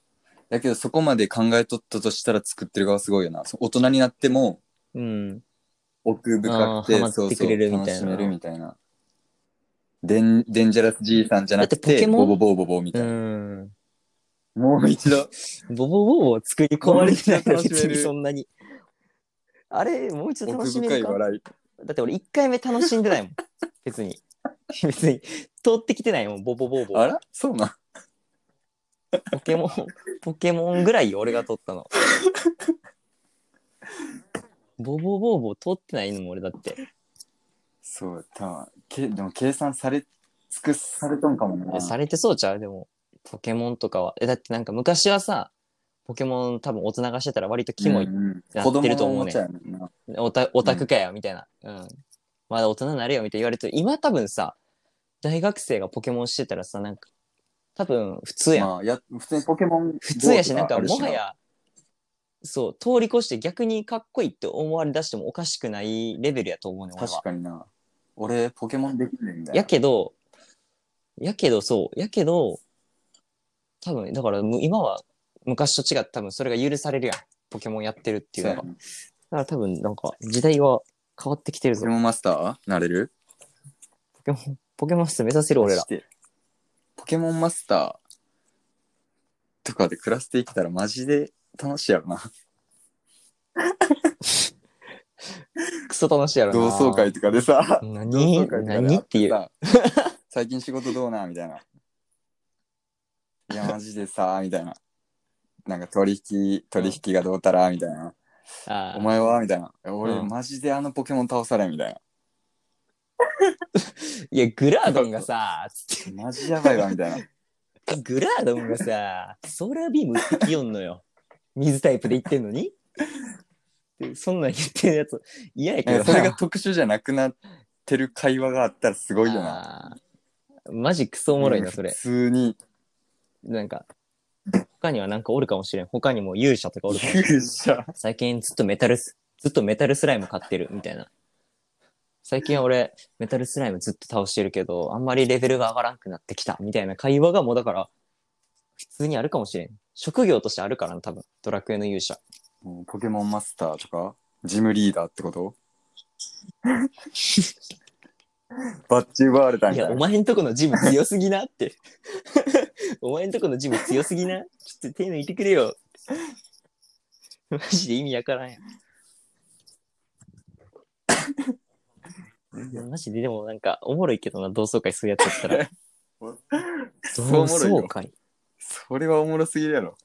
だけどそこまで考えとったとしたら作ってる側すごいよなそう大人になっても
うん。
奥深く
あー
て
ハマって
そうそ
く
う
れるみたいな
楽しめるみたいなデンデンジャラスじいさんじゃなく
だってポ
て
ケモ
ボ
ン
ボボボボみた
う
いな、
ん。
もう一 *laughs* 度
ボボボボを作り込まれてないから
もう一度楽
別
しめ
に
る
そんなに。あれ、もう一度楽
奥
しめ
深い
るか
笑い
だって俺1回目楽しんでないもん。別
*laughs*
に。別に。通ってきてないもん、ボボボボ。
あらそうなん
ポケモン、ポケモンぐらいよ俺が取った
*laughs*
の。ボボボボ通ってないのも俺だって。
そうたわけでも計算され尽くされとんかもな
されてそうちゃうでも、ポケモンとかは。え、だってなんか昔はさ、ポケモン多分大人がしてたら割とキモい。
うんうん
や
子
って
供
ると
のお
思う
も
ね
ちゃやもんな
オタオタクかよ、みたいな。うん。まだ大人になれよ、みたいな言われてる、今多分さ、大学生がポケモンしてたらさ、なんか、多分普通やん。
まあ、や普通にポケモン
*laughs* 普通やし、
ボ
な
ー
ん
ル
か
とある
もはや、そう、通り越して逆にかっこいいって思われ出してもおかしくないレベルやと思うね、俺
確
は。
かにな俺ポケモンできんねんみたいな
やけど、やけどそう、やけど、多分、だからむ今は昔と違って多分それが許されるやん。ポケモンやってるっていう
そう
の
や
が。
な
だから多分なんか時代は変わってきてる
ポ
ぞ
ケ。モンマスターなれる
ポケモン、ポケモン室目指せる俺ら
し。てポケモンマスターとかで暮らしていけたらマジで楽しいやろな
クソ楽しいやろな。
同窓会とかでさ同
何
窓会とかで
何っていう。
さ最近仕事どうなみたいないやマジでさみたいななんか取引取引がどうたらみたいな、
あ
お
ー
前はみたいなえ俺、
うん
マジであのポケモン倒されんみたい
いや、グラードンがさ、つっ
なマジやばいわみたいな
て、グラードンがさ、ソーラービーム打ってきよんの
*laughs*
よ。水タイプで言ってんのに。でそんなん言ってるやつ、嫌やけ
な
ど
んか
な。
それが特殊じゃなくなってる会話があったらすごいよな
あーマジクソおもろいな、それ
普。通に
なんか、他にはなんかおるかもしれん。他にも勇者とかおるかもしれん。
勇者
最近ずっとメタルス、ずっとメタルスライム買ってるみたいな。最近俺、メタルスライムずっと倒してるけど、あんまりレベルが上がらんくなってきたみたいな会話がもうだから、普通にあるかもしれん。職業としてあるからな、多分。ドラクエの勇者。
もうポケモンマスターとかジムリーダーってことバッチ奪われたみ
い
たい
や、
な
お前んとこのジム強すぎなって。 *laughs* お前んとこのジム強すぎな。ちょっと手抜いてくれよ。マジで意味わからんやん。マジででもなんかおもろいけどな、同窓会するやつだったら。
*laughs* そう
同
おもろいよ
窓会
それはおもろすぎるやろ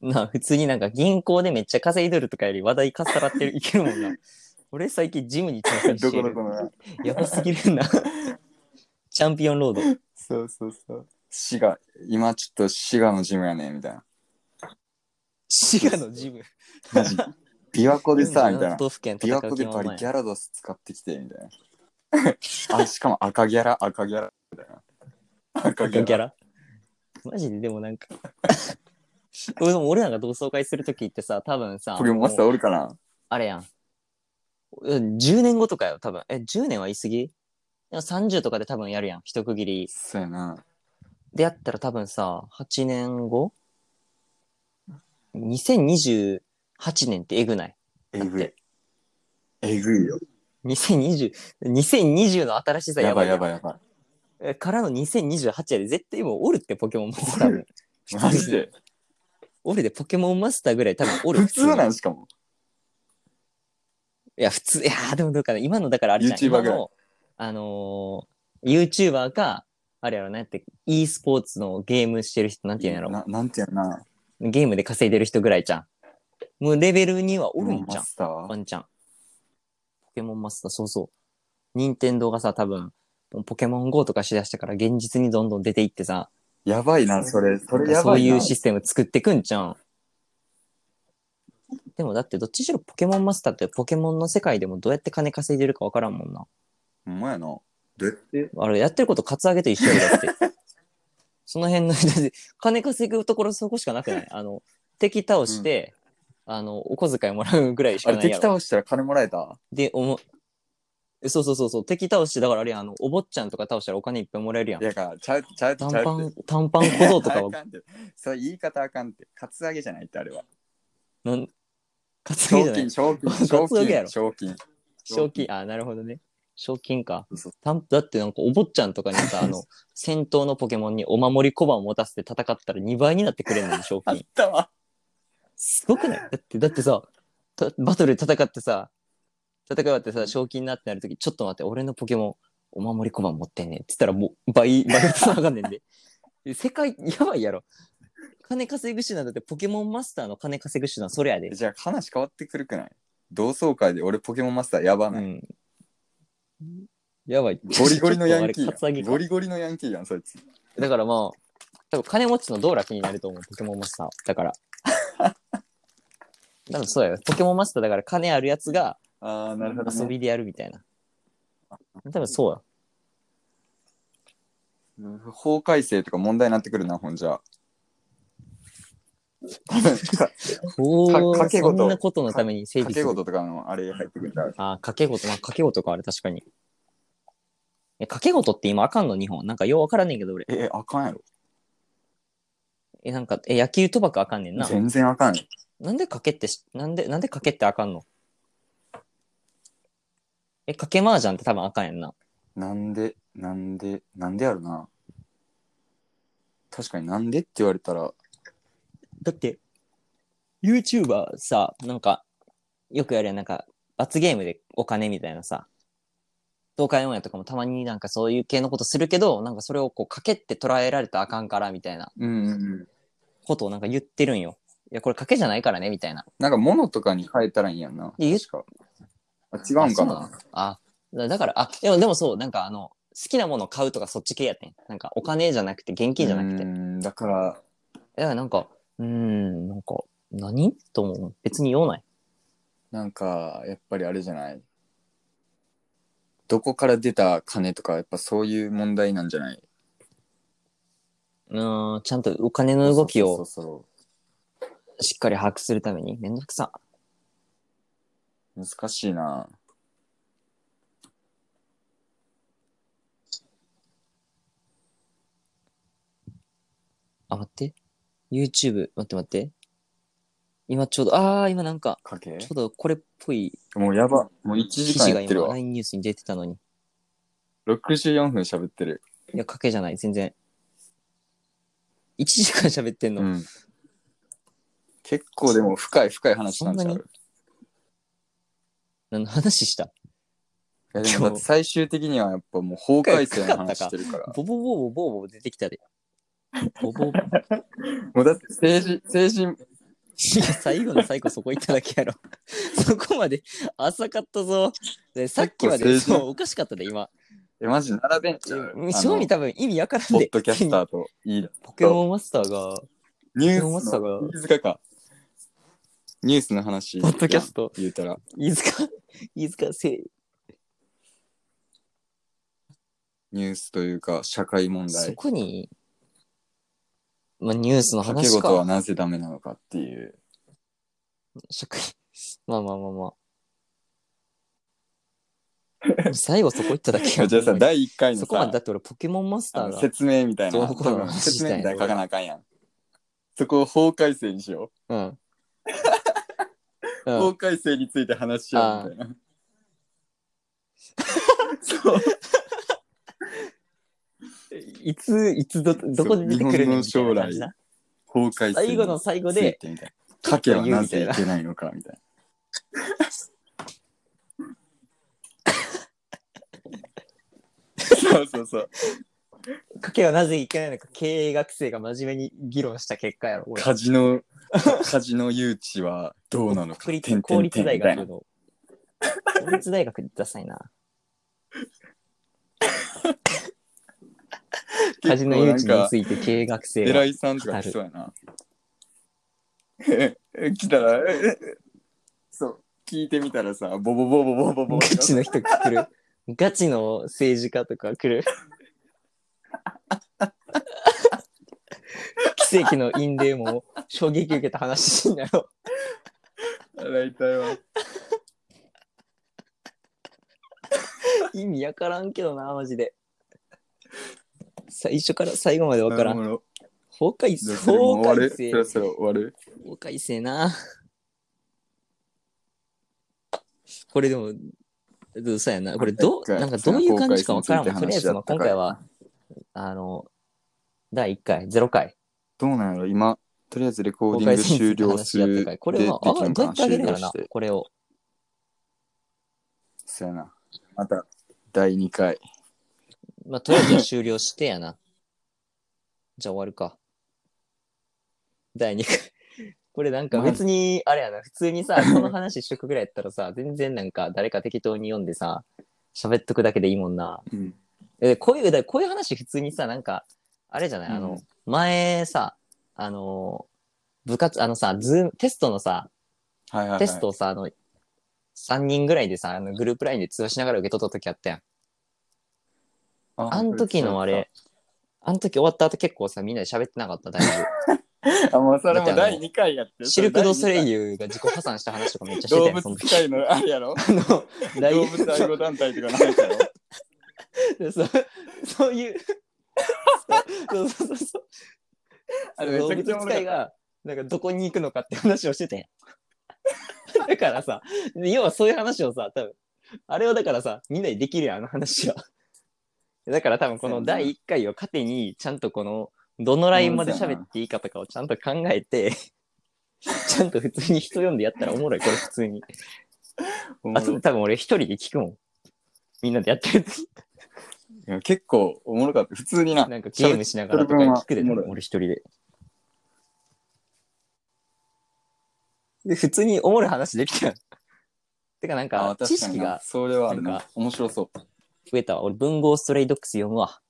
なあ、普通になんか銀行でめっちゃ稼いどるとかより話題かっさらってるいけるもんな。 *laughs* 俺最近ジムに挑戦
*laughs* ど
して
こ
る
ど。このな
やばすぎるな。 *laughs* チャンピオンロード。
そうそうそう滋賀今ちょっと滋賀のジムやねみたいな
滋賀のジム。
マジ琵琶湖でさみたい
47
な
都道府県
琵
戦
琶湖
う気
で
満
バ
々
リギ
や
ャラドス使ってきてみたいな *laughs* あしかも赤ギャラ赤ギャラみたいな赤ギ
赤
ャ
ギャ
ラ
ラマジででもなんか *laughs* 俺でも俺らが同窓会するときってさ、多分さ、
ポケモンマスター
もう
おるかな
あれやん。うん10年後とかよ、多分。え、10年は言い過ぎでも ?30 とかで多分やるやん、一区切り。
そうやな。
でやったら多分さ、8年後 ?2028 年ってえぐない
えぐい。えぐいよ。
2020、2020の新しさ
や
や
ば
ば
い
い
や
や
ばいやば
えからの2028やで、絶対今おるってポケモンマスター。
い。 *laughs* マジで。
おるでポケモンマスターぐらい多分おる。
*laughs* 普通なん
い
しかも。
や、普通、いやーでもどうかな。今のだからあれじゃん。
YouTuber
今
ぐらい
の、あのー、YouTuber か、あれやろなって、e スポーツのゲームしてる人、なんて言うんやろ。
ななんていうのな。
ゲームで稼いでる人ぐらいじゃん。もうレベルにはおるんじゃん
マ。スタ
ワ
ー
ンちゃん。ポケモンマスター、そうそう。任天堂がさ、多分、もうポケモン GO とかしだしたから現実にどんどん出ていってさ、
やばいな、それ。それや
そ
ば
う
い
い
な。
うシステム作ってくんじゃん。でもだってどっちにしろポケモンマスターってポケモンの世界でもどうやって金稼いでるかわからんもんな。
ほんまやな。どうやって
あれやってることカツアゲと一緒やだって。 *laughs* その辺 *laughs* の人で金稼ぐところそこしかなくないあの、敵倒して、あの、お小遣いもらうぐらいしか
あれ、
ない
敵
やろ。
倒したら金もらえた
で、おも、えそうそうそうそう、敵倒して、だからあれやんあの、お坊ちゃんとか倒したらお金いっぱいもらえるやん
い。やか、ちゃうちゃうちゃ
短
う
パ
って
ン、短パン小僧とか
*laughs* あか
は、
んてそれ言い方あかんって。カツアゲじゃないってあ
*laughs*
れは。
なん、担ぎじ
賞
ゃない
金、賞金、
*laughs* カ
賞
ツアゲや
金、
ろ
賞金。
賞金、あ、なるほどね。賞金か
そうそう。
たんだってなんかお坊ちゃんとかにさ、あの、戦闘のポケモンにお守り小判を持たせて戦ったら2倍になってくれるのに、賞
*laughs* あっ
金。
たわ。
すごくないだって、だってさ、たバトルで戦ってさ、戦い終わってさ、賞金なってなるとき、ちょっと待って、俺のポケモン、お守り小判持ってんねん。つったらもう、
*laughs*
倍、倍落とさなあかんねんで。世界、やばいやろ。金稼ぐ手段だって、ポケモンマスターの金稼ぐ手段、それやで。
じゃあ話変わってくるくない同窓会で俺ポケモンマスターやば
う
ない。
ん。やばい。
ゴリゴリのヤンキ
ちょっとあれカ
ーやん。
ツアゲか
ゴリゴリのヤンキーやん、そいつ。
だからまあ、多分金持ちの道楽になると思う、ポケモンマスター。だ
*laughs*
から。多分そうやよ。ポケモンマスターだから金あるやつが、
ああ、なるほど、
遊
ね。
びでやるみたいな。多分そうや。
法改正とか問題になってくるな、ほんじ
*laughs*
ゃ。多分か
お
か
ー
けご
そ
と
んなことのために整
掛
備す
け
る。
事とかのあれ入ってくる
*laughs*
んだ。
あー、掛け事、まあ、掛け事か、あれ確かに。え、掛け事って今あかんの日本。なんかようわからんねんけど、俺。
え、えあかんやろ。
え、なんか、え、野球賭博あかんねんな。
全然あかんよ。
なんで賭けってし、なんで、なんで賭けってあかんのえ、賭け麻雀って多分あかんやんな。
なんで、なんで、なんでやろな。確かになんでって言われたら、
だって、YouTuber さ、なんか、よくやるやんなんか、罰ゲームでお金みたいなさ、東海オンエアとかもたまになんかそういう系のことするけど、なんかそれをこう、かけって捉えられたらあかんから、みたいな
うんうんうん。
ことをなんか言ってるんよ。いや、これ賭けじゃないからね、みたいな。
なんか物とかに変えたらいいんやんな。
いや
確か。あ、違うんか
あそう
な。
のあ、だだから、あ、でも、でもそう、なんかあの、好きなものを買うとかそっち系やってん。なんかお金じゃなくて、現金じゃなくて
う。ん、だから、
いや、なんか、うーん、なんか、何とも別に言わない。
なんか、やっぱりあれじゃない。どこから出た金とか、やっぱそういう問題なんじゃないう
ーん、ちゃんとお金の動きを
そうそうそうそう
しっかり把握するためにめんどくさ。
難しいな。
あ、待って。YouTube、待って待って。今ちょうど、あー、今なんか、
家計
ちょうどこれっぽい
もうやば。もう1
記
時間
事が
やってる
今、
わ。
LINE ニュースに出てたのに。
64分喋ってる。
いや、賭けじゃない、全然。1時間喋ってんの。
うん。結構でも深い深い話なんちゃ
そんな
う
に。何の話した
いやでもだって最終的にはやっぱもう法改正の話してるから。
ボボボボボボボ出てきた
*laughs*
で。ボボボ。い
もうだって政治、政治、
や、最後の最後そこ行っただけやろ。 *laughs* そこまで浅かったぞ。でさっきまで、
結構青春
そう、おかしかったで、今。
え、マジ並べんちゃう。
うん正味
た
多分意味わからん
ポッ
で。
ドキャスターと、いいな。
ポケモンマスターが、
ニュ
ポケモンマ
ー
ス
ス
ター
の、
が、
飯塚か。ニュースの話。
ポッドキャスト、
言うたら。
飯塚、飯塚せ、
ニュースというか、社会問
そ
題。
こに、まあ、ニュースの
掛け
話
事
か。
はなぜダメなのかっていう。
社会。 *laughs* まあまあまあまあ。最後そこ行っただけ
じゃあさ、第1回の
そこまでだ
さ
っ、て俺ポケモンマスタ
あ
ー
の
が。
説明みたい
ど
な、
うこうの
多分
話
説
みたいな
明みたいなの書かなあかんやん。そこを法改正にしよ
うん。
う。
うん
法改正について話し合うみたいな。そう。
いつ、いつど、どこで出てくるねんみたいな感じな
法改正
最後の最後で、
かけはなぜいけないのかみたいな。そうそうそう。
賭けはなぜいけないのか、経営学生が真面目に議論した結果やろ、俺。
カジノ、カジノ誘致はどうなのか。
国
て
立
んて
公
ん
立
てん
大
みたい
学
な
の。公立大学ダサい
*laughs*
な。カジノ誘致について経営学生
偉
が。
いさんとか来そうやな。来たら、えそう、聞いてみたらさ、ボボボボボボボ。
ガチの人来る。ガチの政治家とか
*laughs*
来る。奇跡の因縁も衝撃受けた話になろ
大体は。
う。意味わからんけどな、マジで。最初から最後までわからん。
ん。
法改
じゃ
正。
あそれも
法
う終わ
改
るそろ
正。
そろ終わる
法改正な。これでも、どうさやな。これど、う
はい
なんかどういう感じかわからんも
法
ん。とり
改
あえず
正
ま
に
あ
ついて話し合ったか
今回
ら
は、あの、第1回、0回。
どうなんやろ今、とりあえずレコー
公
ディン
開
グ
戦
終
争の
了
話
す
やった
る。
かいこれは、あ、ど
で
う
できんか
やってあげるんやろな
終了して、
これを。
そうやな。また、第2回。
まあ、とりあえずは終了してやな。じゃあ終わるか。第2回。これなんか別に、あれやな、普通にさ、この話しとくぐらいやったらさ、全然なんか誰か適当に読んでさ、喋っとくだけでいいもんな。
うん。
え、こういう、だこういう話普通にさ、なんか、あれじゃないあ
う
の
ん、
前さ、あの、部活、あのさ、ズーム、テストのさ、
はいはい、はい。
テストをさ、あの、3人ぐらいでさ、あのグループラインで通話しながら受け取った時あったやん。
あ
あの時のあれ。、あの時終わった後結構さ、みんなで喋ってなかった、だい
あ、もうそれ
だ
も
ってあの
第2回やって
ぶ。
*laughs* る。
シルク・ド・ソレイ
ユ。
ユが自己破産した話とかめっちゃしてた
動
やん、その
物
時。
界のあれやろ
あの、大
動
*laughs*
物愛護団体とかなんやろ
そうそういう、そうそうそうそう
あれめちゃくちゃ
動
おも
物
ろかっ
界
た。
が、なんかどこに行くのかって話をしてた *laughs* やん。だからさ、要はそういう話をさ、多分あれをだからさ、みんなにできるやん、あの話は。 *laughs* だから多分この第1回を糧に、ちゃんとこの、どのラインまで喋っていいかとかをちゃんと考え
*laughs*
て、ちゃんと普通に人読んでやったらおもろい、これ普通に。
おも
あ
ろ
と
い
で多分俺一人で聞くもん。みんなでやってる時
いや結構おもろかった。普通にな。
*laughs* なんかゲームしながらとか聞くで、
喋ってる分はおもろい
俺一人で。で、普通におもろい話できたやん。てかなん
あ
か、知識が
それはある
なん
な
か。
面白そう。
増えたわ。俺文豪ストレイドックス読むわ。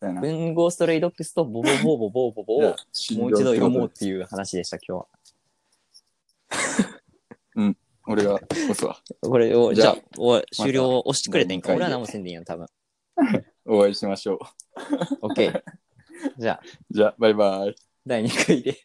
そうやな
文豪ストレイドックスとボボボボボボボを
じゃ
も
あ
う一度読もうっていう話でした、今日
俺が押すわ。
は。これを、じ
じ
ゃ
ゃ
あ
あ、
おい終了を押してくれてんか。
第二回
俺
で
は何もせんでいいやん、多分。
お会いしましょう。
オッケー。じゃあ、
じゃあ、バイバイ。
*laughs* 第2回で。